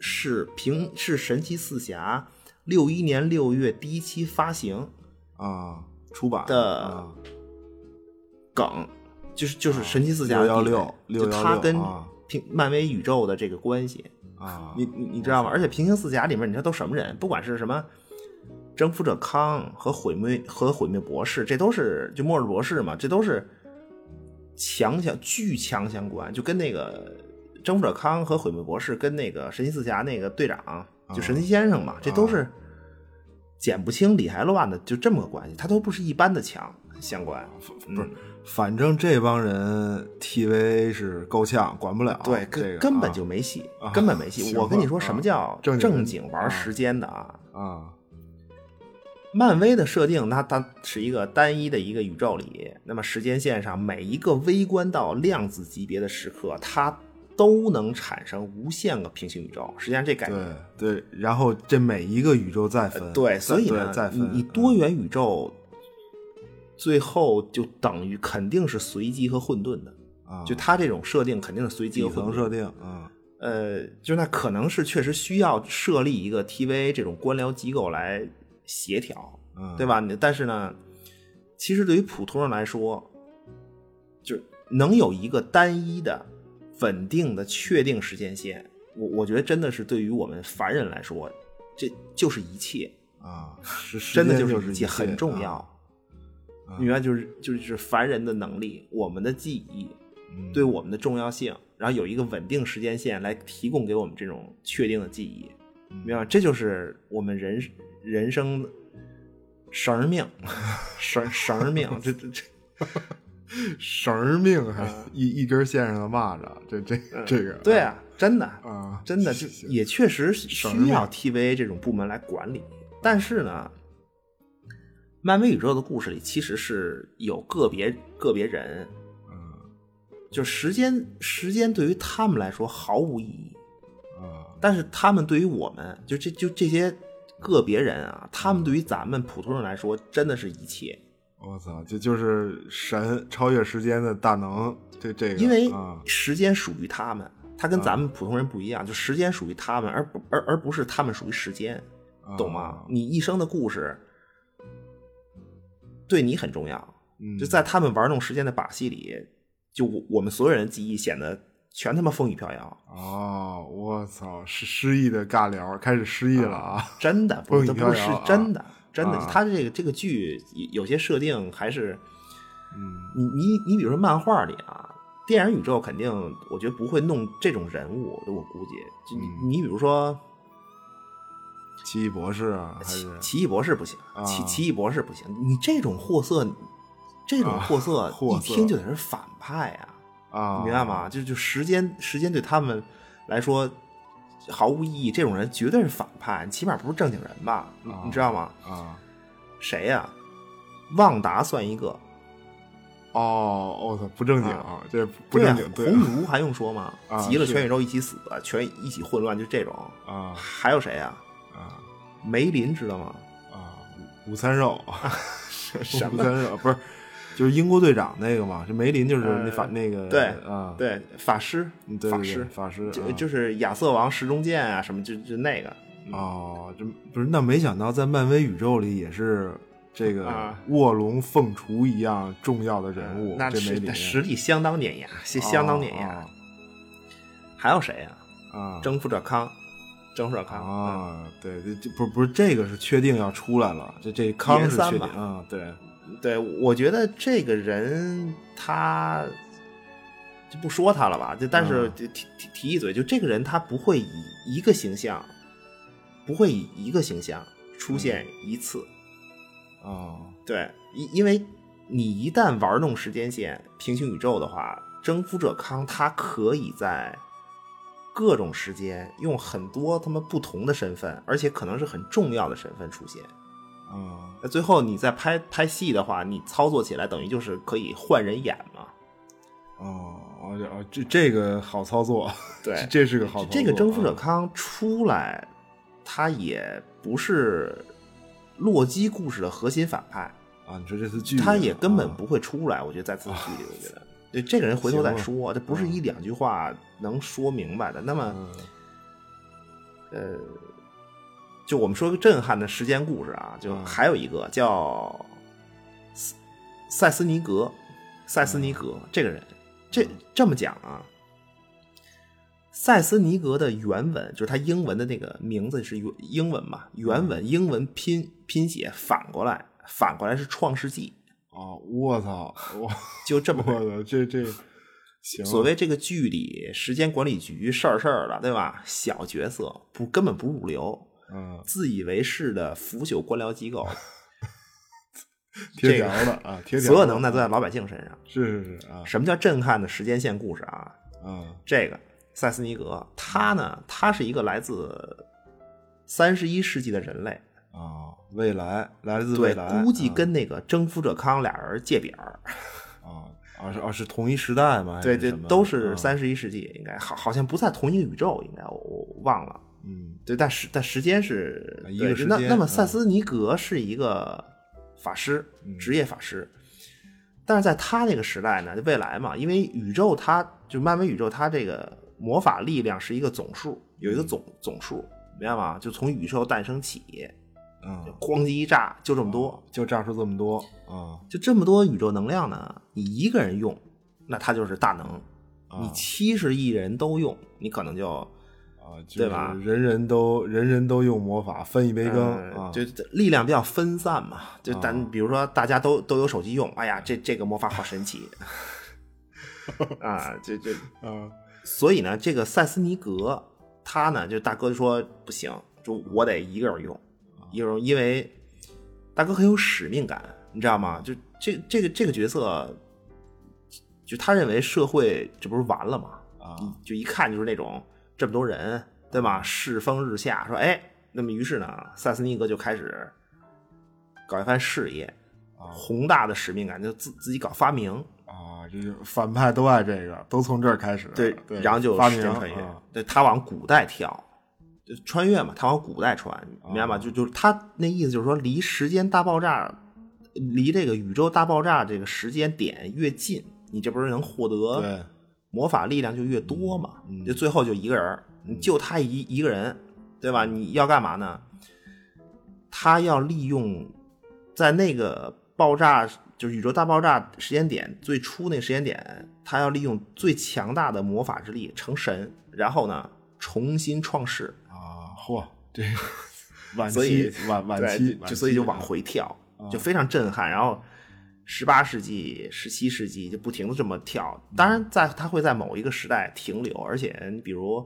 S3: 是平是神奇四侠六一年六月第一期发行
S2: 啊出版
S3: 的
S2: 啊
S3: 梗，就是就是神奇四侠的地位
S2: 616
S3: 就它跟
S2: 啊
S3: 平漫威宇宙的这个关系，
S2: 啊
S3: 你你你知道吗？而且平行四侠里面，你知道都什么人？不管是什么征服者康和毁灭和毁灭博士，这都是就末日博士嘛，这都是强相巨强相关，就跟那个征服者康和毁灭博士跟那个神奇四侠那个队长，就神
S2: 啊
S3: 奇先生嘛，这都是剪不清理还乱的，就这么个关系，他都不是一般的强相关。嗯
S2: 不是，反正这帮人 TV 是够呛，管不了。
S3: 对，
S2: 啊这个啊
S3: 根根本就没戏，根本没戏。
S2: 行
S3: 我跟你
S2: 吧啊
S3: 说，什么叫
S2: 正经
S3: 正
S2: 人
S3: 经玩时间的啊？
S2: 啊啊
S3: 漫威的设定，那它是一个单一的一个宇宙里，那么时间线上每一个微观到量子级别的时刻，它都能产生无限个平行宇宙。实际上，这概念
S2: 对对，然后这每一个宇宙再分，
S3: 对，
S2: 再
S3: 所以呢
S2: 对再，
S3: 你
S2: 分，嗯
S3: 你多元宇宙最后就等于肯定是随机和混沌的，
S2: 啊，
S3: 就它这种设定肯定是随机
S2: 底
S3: 和
S2: 层
S3: 混沌。
S2: 设定，嗯，
S3: 呃，就那可能是确实需要设立一个 TVA 这种官僚机构来协调，
S2: 嗯
S3: 对吧？你但是呢，其实对于普通人来说，就能有一个单一的、稳定的、确定时间线，我我觉得真的是对于我们凡人来说，这就是一切，
S2: 啊，是
S3: 真的
S2: 时间
S3: 是
S2: 就
S3: 一
S2: 一
S3: 切，
S2: 切，
S3: 很重要。
S2: 啊啊
S3: 你明白，就是就是凡人的能力，我们的记忆，
S2: 嗯
S3: 对我们的重要性，然后有一个稳定时间线来提供给我们这种确定的记忆，
S2: 嗯
S3: 明白吗？这就是我们人人生绳儿命，绳绳儿命，这这这，
S2: 绳儿命还一一根线上的蚂蚱，这这 <laughs> 这个
S3: 嗯对啊，真的，
S2: 啊，
S3: 真的就
S2: 行
S3: 也确实需
S2: 儿命
S3: 要 TVA 这种部门来管理，但是呢，漫威宇宙的故事里其实是有个别个别人，
S2: 嗯
S3: 就时间时间对于他们来说毫无意义，
S2: 啊
S3: 但是他们对于我们，就这就这些个别人啊，他们对于咱们普通人来说，真的是一切。
S2: 我操，这就是神超越时间的大能，这这个
S3: 因为
S2: 啊
S3: 时间属于他们，它
S2: 嗯
S3: 跟咱们普通人不一样，就时间属于他们，而不而而不是他们属于时间，懂吗
S2: 啊？
S3: 你一生的故事对你很重要，
S2: 嗯
S3: 就在他们玩弄时间的把戏里，就我我们所有人的记忆显得全他妈风雨飘摇，
S2: 哦，我操，失失忆的尬聊开始失忆了啊，
S3: 真的不是
S2: 风雨
S3: 不是
S2: 飘摇啊
S3: 真的真的
S2: 啊，
S3: 他这个这个剧有有些设定还是。
S2: 嗯
S3: 你你你比如说漫画里啊，电影宇宙肯定我觉得不会弄这种人物，我估计就你、
S2: 嗯
S3: 你比如说
S2: 奇异博士啊，还
S3: 奇
S2: 是
S3: 奇异博士不行，
S2: 啊
S3: 奇奇异博士不行，你这种货色，这种
S2: 啊
S3: 货色
S2: 货
S3: 一
S2: 色
S3: 听就得是反派啊，
S2: 啊，
S3: 你明白吗？就就时间时间对他们来说毫无意义，这种人绝对是反派，起码不是正经人吧？你
S2: 啊
S3: 你知道吗？
S2: 啊？
S3: 谁呀、旺达算一个，
S2: 哦，我操，不正经，
S3: 啊
S2: 这不不
S3: 对
S2: 正
S3: 啊
S2: 经，，对
S3: 红女巫还用说吗
S2: 啊？
S3: 急了
S2: 是
S3: 全宇宙一起死，全一起混乱，就这种。
S2: 啊
S3: 还有谁啊？
S2: 啊
S3: 梅林知道吗？
S2: 啊，午午餐肉，
S3: 啊什
S2: 午
S3: 么？
S2: 餐肉不是，就是英国队长那个嘛，这梅林就是那反那个
S3: 呃对
S2: 啊，
S3: 对，法师
S2: 嗯，对对
S3: 法
S2: 对
S3: 师，
S2: 法师
S3: 就
S2: 啊
S3: 就是亚瑟王石中剑啊，什么就就那个。
S2: 哦，这不是那没想到在漫威宇宙里也是这个
S3: 啊
S2: 卧龙凤雏一样重要的人物，
S3: 那
S2: 这梅
S3: 是
S2: 林
S3: 那实力相当碾压，是
S2: 哦
S3: 相当碾压。
S2: 哦
S3: 还有谁啊？
S2: 啊，
S3: 征服者康，征服者康嗯
S2: 啊，对，这这不是不是这个是确定要出来了，这这康
S3: 人
S2: 是
S3: 三
S2: 确定
S3: 吧
S2: 啊，对，
S3: 对，我觉得这个人他就不说他了吧，就但是
S2: 嗯
S3: 就提提提一嘴，就这个人他不会以一个形象，不会以一个形象出现一次。
S2: 哦，
S3: 对，因因为你一旦玩弄时间线、平行宇宙的话，征服者康他可以在各种时间用很多他们不同的身份，而且可能是很重要的身份出现。
S2: 啊，
S3: 那最后你再拍拍戏的话，你操作起来等于就是可以换人演嘛。
S2: 哦，哦，这哦这这个好操作，
S3: 对
S2: 这这是个好操作，
S3: 这个征服者
S2: 啊
S3: 康出来，他也不是洛基故事的核心反派，
S2: 啊，你说这次剧
S3: 他
S2: 啊
S3: 也根本
S2: 啊
S3: 不会出来。我觉得在自己剧里，我觉得对这个人回头
S2: 啊
S3: 再说，这不是一两句话能说明白的。那么，
S2: 嗯
S3: 呃，就我们说个震撼的时间故事啊，就
S2: 嗯
S3: 还有一个叫塞塞斯尼格，塞斯尼
S2: 嗯
S3: 格这个人，这这么讲啊。塞斯尼格的原文就是他英文的那个名字是原英文嘛，原
S2: 嗯
S3: 文英文拼拼写反过来，反过来是《创世纪
S2: 哦，我操，我》，
S3: 就这么
S2: 我啊
S3: 回事
S2: 操，这这行，
S3: 所谓这个剧里时间管理局事儿事儿了，对吧？小角色不根本不入流，
S2: 嗯，
S3: 自以为是的腐朽官僚机构，
S2: 贴
S3: 这
S2: 条
S3: 个
S2: 了啊，贴条了，
S3: 所有能耐都在老百姓身上。
S2: 是是是啊
S3: 什么叫震撼的时间线故事啊？
S2: 啊
S3: 这个塞斯尼格，他呢，他是一个来自三十一世纪的人类，
S2: 啊，未来来自未
S3: 对
S2: 来，，
S3: 估计
S2: 啊
S3: 跟那个征服者康俩人借饼儿，
S2: 啊啊是啊是同一时代吗？还
S3: 对
S2: 是
S3: 对
S2: 什，么
S3: 都是
S2: 啊
S3: 三十一世纪，应该好好像不在同一个宇宙，应该我我我忘了。
S2: 嗯
S3: 对，但时但时间是
S2: 啊
S3: 对
S2: 一个时
S3: 那
S2: 间
S3: 那么
S2: 嗯
S3: 塞斯尼格是一个法师，
S2: 嗯
S3: 职业法师，但是在他那个时代呢，就未来嘛，因为宇宙它就漫威宇宙它这个魔法力量是一个总数，
S2: 嗯
S3: 有一个总、总数，明白吗？就从宇宙诞生起，
S2: 啊，
S3: 咣叽一炸就这么多，
S2: 就炸出这么多啊
S3: 就这么多宇宙能量呢，你一个人用，那他就是大能。
S2: 啊
S3: 你七十亿人都用，你可能就
S2: 啊，就
S3: 对吧
S2: 是人人都人人都用魔法分一杯羹
S3: 呃
S2: 啊，
S3: 就就力量比较分散嘛。就咱
S2: 啊
S3: 比如说大家都都有手机用，哎呀，这这个魔法好神奇啊！就就
S2: 啊
S3: 所以呢，这个塞斯尼格他呢，就大哥就说不行，就我得一个人用，一个人用，因为大哥很有使命感，你知道吗？就这这个这个角色，就他认为社会这不是完了吗？
S2: 啊
S3: 就一看就是那种这么多人，对吧？世风日下，说哎，那么于是呢，塞斯尼格就开始搞一番事业，
S2: 啊
S3: 宏大的使命感，就自自己搞发明，
S2: 啊，这就是反派都爱这个，都从这儿开始，
S3: 对，
S2: 对，
S3: 然后就
S2: 发
S3: 时
S2: 明
S3: 间穿越，
S2: 啊
S3: 对他往古代跳，就穿越嘛，他往古代穿，明白吗？
S2: 啊
S3: 就就是他那意思就是说，离时间大爆炸，离这个宇宙大爆炸这个时间点越近，你这不是能获得
S2: 对
S3: 魔法力量就越多嘛？
S2: 嗯嗯嗯
S3: 就最后就一个人儿，你就他一一个人，对吧？你要干嘛呢？他要利用在那个爆炸，就是宇宙大爆炸时间点最初那个时间点，他要利用最强大的魔法之力成神，然后呢重新创世，
S2: 啊，嚯，
S3: <laughs>
S2: 这晚
S3: 所以
S2: 期晚晚
S3: 对
S2: 期，
S3: 就
S2: 晚
S3: 就所以
S2: 期
S3: 就
S2: 啊
S3: 往回跳，
S2: 啊
S3: 就非常震撼。然后十八世纪、十七世纪就不停的这么跳，当然在他会在某一个时代停留，而且你比如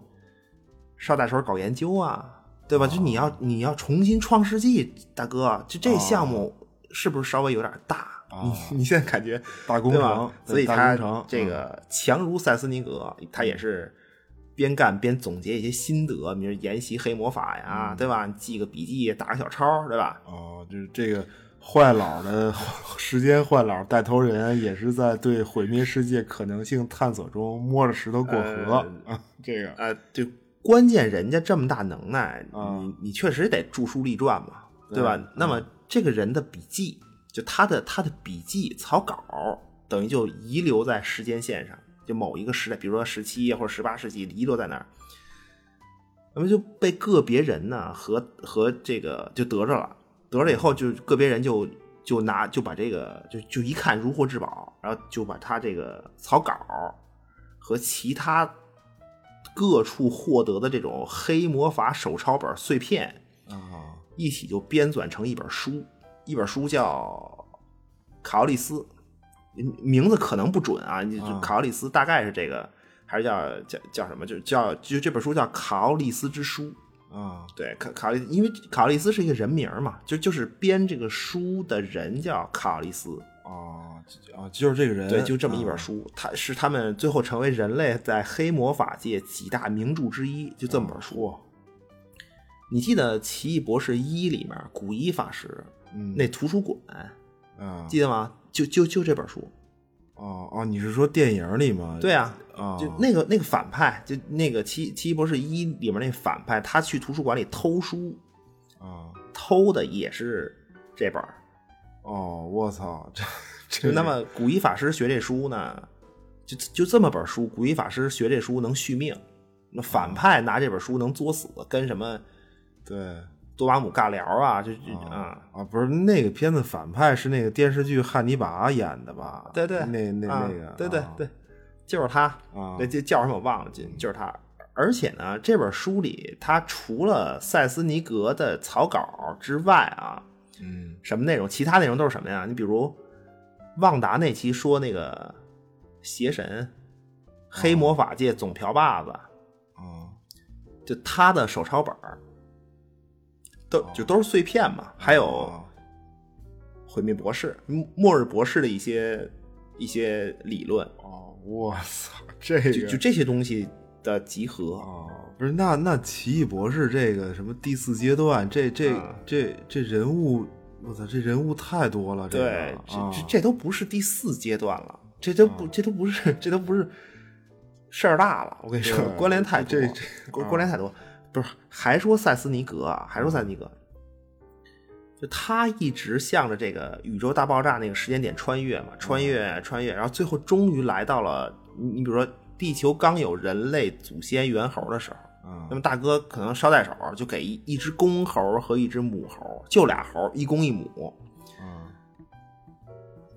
S3: 捎带手搞研究啊，对吧？就你要你要重新创世纪，大哥，就这项目是不是稍微有点大？
S2: 啊
S3: 你你现在感觉
S2: 大工
S3: 对吧
S2: 程？，对
S3: 所以
S2: 大
S3: 他
S2: 工程嗯
S3: 这个强如塞斯尼格，他也是边干边总结一些心得，比如研习黑魔法呀，
S2: 嗯
S3: 对吧？记个笔记，打个小抄，对吧？
S2: 哦，就是这个坏佬的 <laughs> 时间坏佬带头人，也是在对毁灭世界可能性探索中摸着石头过河、啊。这个
S3: 呃，对，关键人家这么大能耐，
S2: 啊
S3: 你你确实得著书立传嘛，对吧？
S2: 对
S3: 那么这个人的笔记，就他的他的笔记草稿，等于就遗留在时间线上，就某一个时代，比如说十七或者十八世纪，遗留在那儿。那么就被个别人呢和和这个就得着了，得着以后就个别人就就拿就把这个就就一看如获至宝，然后就把他这个草稿和其他各处获得的这种黑魔法手抄本碎片
S2: 啊
S3: 一起就编纂成一本书，一本书叫《卡奥利斯》，名名字可能不准啊，你就
S2: 啊
S3: 卡奥利斯大概是这个，还是叫叫叫什么？就叫就这本书叫《卡奥利斯之书》。
S2: 啊
S3: 对，卡卡利，因为卡奥利斯是一个人名嘛，就就是编这个书的人叫卡奥利斯，
S2: 啊就啊！就是这个人，
S3: 对，就这么一
S2: 啊
S3: 本书，它是他们最后成为人类在黑魔法界几大名著之一，就这么本书。你记得《奇异博士一》里面古一法师
S2: 嗯
S3: 那图书馆，
S2: 啊
S3: 记得吗？就就就这本书，
S2: 哦哦，你是说电影里吗？
S3: 对啊，
S2: 啊，
S3: 就那个那个反派，就那个奇《奇异博士一》里面那反派，他去图书馆里偷书，
S2: 啊
S3: 偷的也是这本儿。
S2: 哦，我操，这 <laughs> 这
S3: 就那么古一法师学这书呢，就就这么本书，古一法师学这书能续命，那反派拿这本书能作死，跟什么
S2: 对。
S3: 多巴姆尬聊啊，就就
S2: 啊
S3: 啊，
S2: 啊，不是那个片子反派是那个电视剧《汉尼拔》演的吧？
S3: 对对，
S2: 那那
S3: 啊
S2: 那个，
S3: 对对
S2: 啊
S3: 对，就是他，
S2: 啊
S3: 那就叫什么我忘了，就就是他。而且呢，这本书里他除了塞斯尼格的草稿之外啊，
S2: 嗯
S3: 什么内容？其他内容都是什么呀？你比如旺达那期说那个邪神黑魔法界总瓢把子，
S2: 啊，
S3: 就他的手抄本儿，都就都是碎片嘛，还有
S2: 啊
S3: 毁灭博士、末末日博士的一些一些理论，
S2: 哦，我操，这个
S3: 就就这些东西的集合。啊
S2: 哦，不是，那那奇异博士这个什么第四阶段，这这、
S3: 啊
S2: 这这人物，我操，这人物太多了，这
S3: 对
S2: 个，
S3: 这
S2: 啊
S3: 这这都不是第四阶段了，这都
S2: 嗯
S3: 不这都不是这都不是事儿大了。我跟你说
S2: 对，
S3: 关联太多
S2: 这这，嗯
S3: 关关联太多。不是，还说塞斯尼格啊，还说塞斯尼格，就他一直向着这个宇宙大爆炸那个时间点穿越嘛，穿
S2: 嗯
S3: 越穿越，然后最后终于来到了你你比如说地球刚有人类祖先猿猴的时候。
S2: 啊
S3: 那么大哥可能捎带手就给一一只公猴和一只母猴，就俩猴，一公一母，
S2: 啊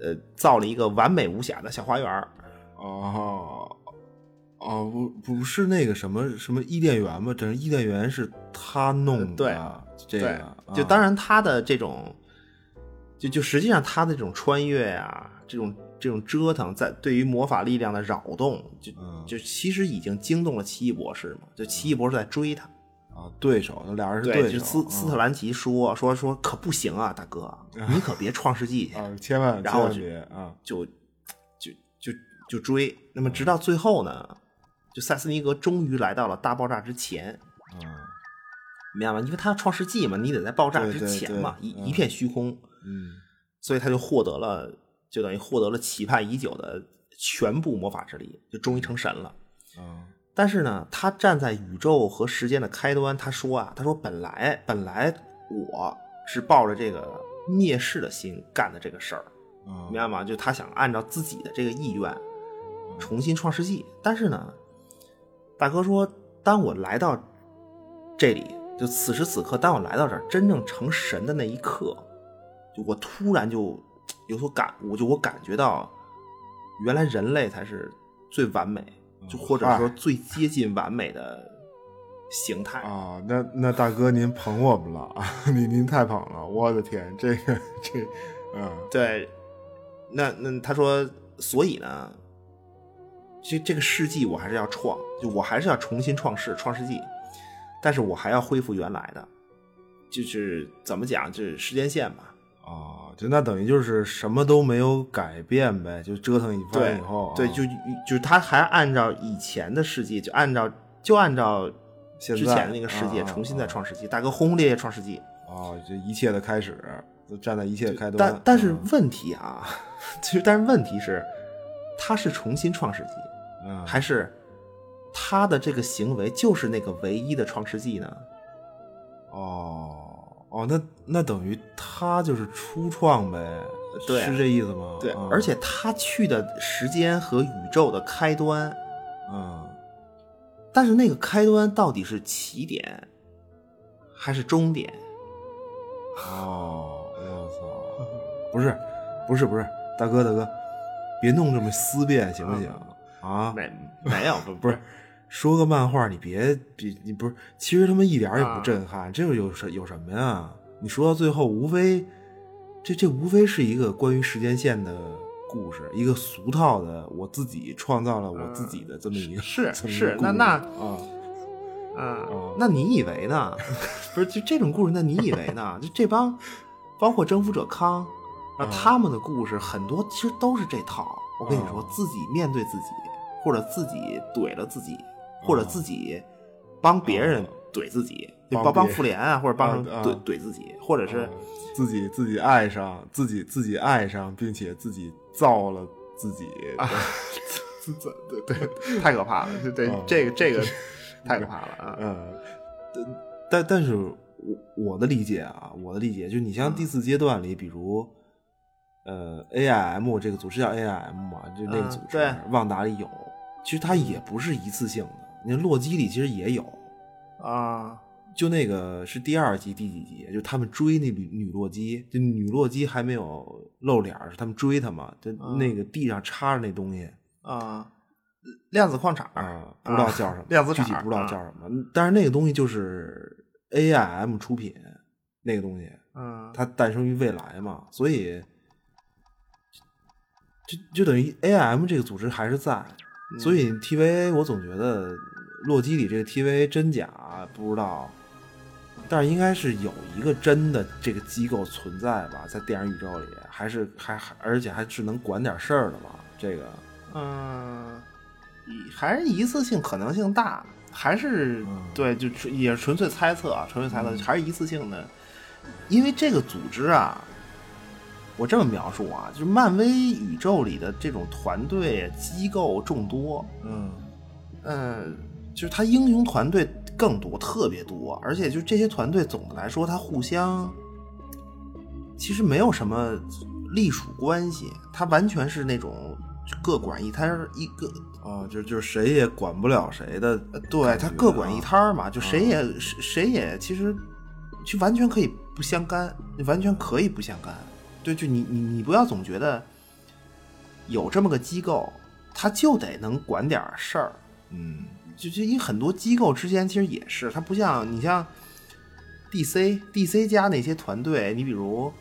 S3: 呃，造了一个完美无瑕的小花园儿。
S2: 哦哦，不不是那个什么什么伊甸园吗？整个伊甸园是他弄的，这个
S3: 对，就
S2: 啊
S3: 当然他的这种，就就实际上他的这种穿越啊，这种这种折腾，在对于魔法力量的扰动，就
S2: 嗯
S3: 就其实已经惊动了奇异博士嘛，就奇异博士在追他。
S2: 啊，对手，那俩人是
S3: 就
S2: 手，嗯
S3: 斯斯特兰奇说说说可不行啊，大
S2: <laughs>
S3: 哥，你可别创世纪去。
S2: 啊，啊千万
S3: 然
S2: 千
S3: 后
S2: 万
S3: 就
S2: 别啊，
S3: 就就就就追。那么直到最后呢，就塞斯尼格终于来到了大爆炸之前，
S2: 嗯
S3: 明白吗？因为他创世纪嘛，你得在爆炸之前嘛，
S2: 对对对
S3: 一一片虚空，
S2: 嗯
S3: 所以他就获得了，就等于获得了期盼已久的全部魔法之力，就终于成神了。
S2: 啊
S3: 但是呢，他站在宇宙和时间的开端，他说啊，他说本来本来我是抱着这个蔑视的心干的这个事儿，
S2: 啊，
S3: 明白吗？就他想按照自己的这个意愿重新创世纪，但是呢，大哥说，当我来到这里，就此时此刻，当我来到这儿真正成神的那一刻，就我突然就嘖有所感悟，就我感觉到，原来人类才是最完美，就或者说
S2: 嗨
S3: 最接近完美的形态。
S2: 啊，那那大哥您捧我们了 <laughs> 啊，您您太捧了，我的天，这个这，嗯
S3: 对，那那他说，所以呢，这这个世纪我还是要创，就我还是要重新创世，创世纪，但是我还要恢复原来的，就是怎么讲，就是时间线吧。
S2: 啊，就那等于就是什么都没有改变呗，就折腾一番以后啊，
S3: 对，就就是他还按照以前的世纪，就按照就按照
S2: 现
S3: 之
S2: 在
S3: 前的那个世界
S2: 啊啊
S3: 重新
S2: 啊
S3: 再创世纪，大哥轰轰烈烈创世纪，
S2: 啊，这一切的开始，就站在一切的开端，
S3: 但但是
S2: 嗯
S3: 问题啊， <laughs> 其实但是问题是，他是重新创世纪，
S2: 嗯
S3: 还是他的这个行为就是那个唯一的创世纪呢？
S2: 哦哦，那那等于他就是初创呗，
S3: 对
S2: 是这意思吗？
S3: 对，
S2: 啊
S3: 而且他去的时间和宇宙的开端，
S2: 嗯
S3: 但是那个开端到底是起点还是终点？
S2: 哦，我操，不是不是不是，大哥大哥，别弄这么思辨行不行啊？
S3: 没没有，不
S2: 不是，说个漫画，你别别你不是，其实他妈一点儿也
S3: 啊
S2: 不震撼，这有什有什么呀？你说到最后，无非这这无非是一个关于时间线的故事，一个俗套的，我自己创造了我自己的这么一个、
S3: 嗯是
S2: <laughs> 这么一
S3: 是
S2: 个故事
S3: 那那
S2: 啊
S3: 啊
S2: 哦
S3: 那你以
S2: <laughs>
S3: 为呢？不是，就这种故事，那你以为呢？就这帮，包括征服者康，啊，
S2: 哦
S3: 他们的故事很多其实都是这套。我跟你说
S2: 哦，
S3: 自己面对自己，或者自己怼了自己，或者
S2: 哦
S3: 自己帮别人怼自己，就帮
S2: 帮别
S3: 帮
S2: 人
S3: 复联啊，或者帮人
S2: 啊啊
S3: 怼怼自己，或者是
S2: 啊自己自己爱上自己自己爱上，并且自己造了自己啊
S3: <laughs> 自自对
S2: <laughs>
S3: 对，太可怕了！就这
S2: 哦
S3: 这个
S2: <laughs>
S3: 这个太可怕了啊！
S2: 嗯，但但但是我我的理解啊，我的理解就是，你像第四阶段里，比如呃 AIM 这个组织叫 AIM 嘛，就那个
S3: 嗯
S2: 组织，
S3: 对
S2: 旺达里有，其实它也不是一次性的。你看洛基里其实也有，
S3: 啊，
S2: 就那个是第二季第几集，就他们追那女女洛基，就女洛基还没有露脸儿，是他们追她嘛，就
S3: 嗯
S2: 那个地上插着那东西。
S3: 啊，量子矿场
S2: 啊，不知道叫什么，
S3: 量子
S2: 具
S3: 场啊
S2: 体不知道叫什么，但是那个东西就是 AIM 出品，那个东西
S3: 嗯
S2: 它诞生于未来嘛，所以就就等于 AIM 这个组织还是在，
S3: 嗯
S2: 所以 TVA 我总觉得洛基里这个 TVA 真假不知道，但是应该是有一个真的这个机构存在吧，在电影宇宙里还是还还而且还是能管点事儿的吧？这个
S3: 嗯，一还是一次性可能性大，还是、
S2: 嗯
S3: 对，就纯也是纯粹猜测啊，纯粹猜测，还是一次性的，因为这个组织啊，我这么描述啊，就是漫威宇宙里的这种团队机构众多，
S2: 嗯
S3: 呃，就是他英雄团队更多，特别多，而且就这些团队总的来说，它互相其实没有什么隶属关系，它完全是那种各管一摊儿一个。
S2: 啊，就就是谁也管不了谁的
S3: 呃，对他各管一摊儿嘛，就谁也、谁谁也其实就完全可以不相干，完全可以不相干。对，就你你你不要总觉得有这么个机构，他就得能管点儿事儿。
S2: 嗯
S3: 就就因为很多机构之间其实也是，它不像你像 DC DC 家那些团队，你比如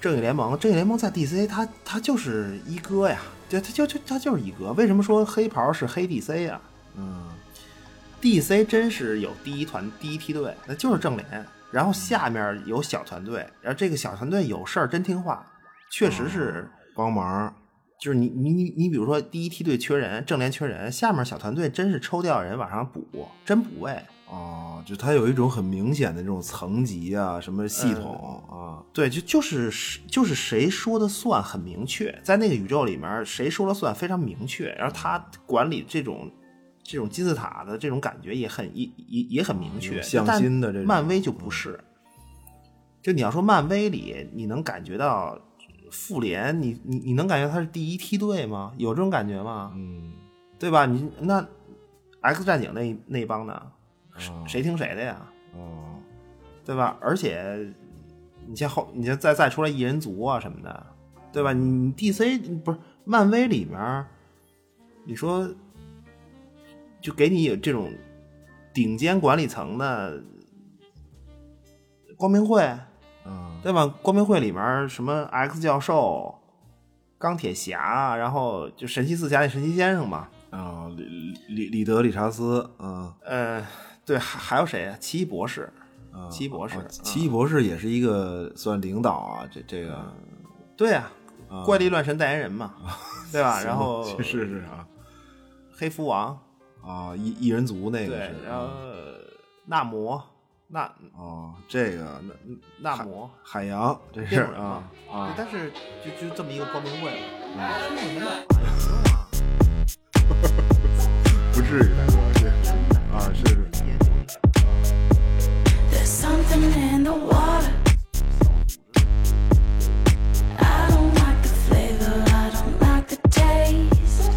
S3: 正义联盟，正义联盟在 DC 它它就是一哥呀，就它就就它就是一哥。为什么说黑袍是黑 DC 啊？
S2: 嗯
S3: DC 真是有第一团第一梯队，那就是正联，然后下面有小团队，然后这个小团队有事儿真听话，确实是，
S2: 帮忙，
S3: 就是你你你你比如说第一梯队缺人，正联缺人，下面小团队真是抽调人往上补，真补位。
S2: 啊，就它有一种很明显的这种层级啊，什么系统、啊，
S3: 对，就就是谁就是谁说的算很明确，在那个宇宙里面，谁说了算非常明确，然后他管理这种这种金字塔的这种感觉也很也也也很明确，
S2: 有嗯向
S3: 但
S2: 心的这种
S3: 漫威就不是，就你要说漫威里，你能感觉到复联，你你你能感觉他是第一梯队吗？有这种感觉吗？
S2: 嗯，
S3: 对吧？你那 X 战警那那帮呢？谁
S2: 啊
S3: 谁听谁的呀？
S2: 啊，
S3: 哦对吧？而且你像后，你像再再出来异人族啊什么的，对吧？你你 DC 不是漫威里面，你说就给你有这种顶尖管理层的光明会，
S2: 啊，
S3: 对吧？光明会里面什么 X 教授、钢铁侠，啊然后就神奇四侠那神奇先生嘛，
S2: 啊，里里里里德理查斯，啊
S3: 呃，对，还还有谁啊？奇异博士，
S2: 啊，
S3: 奇异博士嗯
S2: 啊奇异博士也是一个算领导啊，这这个
S3: 对啊，
S2: 啊
S3: 怪力乱神代言人 <laughs> 嘛，对吧？然后
S2: <laughs> 去试试啊
S3: 黑蝠王，
S2: 啊，异异人族那个
S3: 对
S2: 是，
S3: 然后
S2: 啊
S3: 纳摩，纳
S2: 啊，这个那嗯
S3: 纳摩，
S2: 海洋这是
S3: 变种人
S2: 啊
S3: 嘛对
S2: 啊，
S3: 但是就就这么一个光明会嘛，
S2: 嗯
S3: 那你们干嘛呀有用啊？
S2: 不至于，大哥是啊，是是。
S4: There's something in the water. I don't like the flavor, I don't like the taste.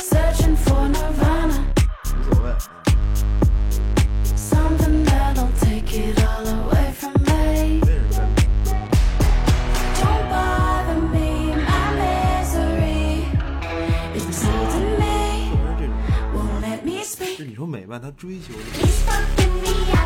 S4: Searching for nirvana,
S3: 无所谓，
S4: something that'll take it all away from me.
S3: 这是
S4: Don't bother me, my misery is insulting me.
S3: 这种，
S4: Won't let me speak.
S3: 就你说美漫它追求
S4: He's fucking me, I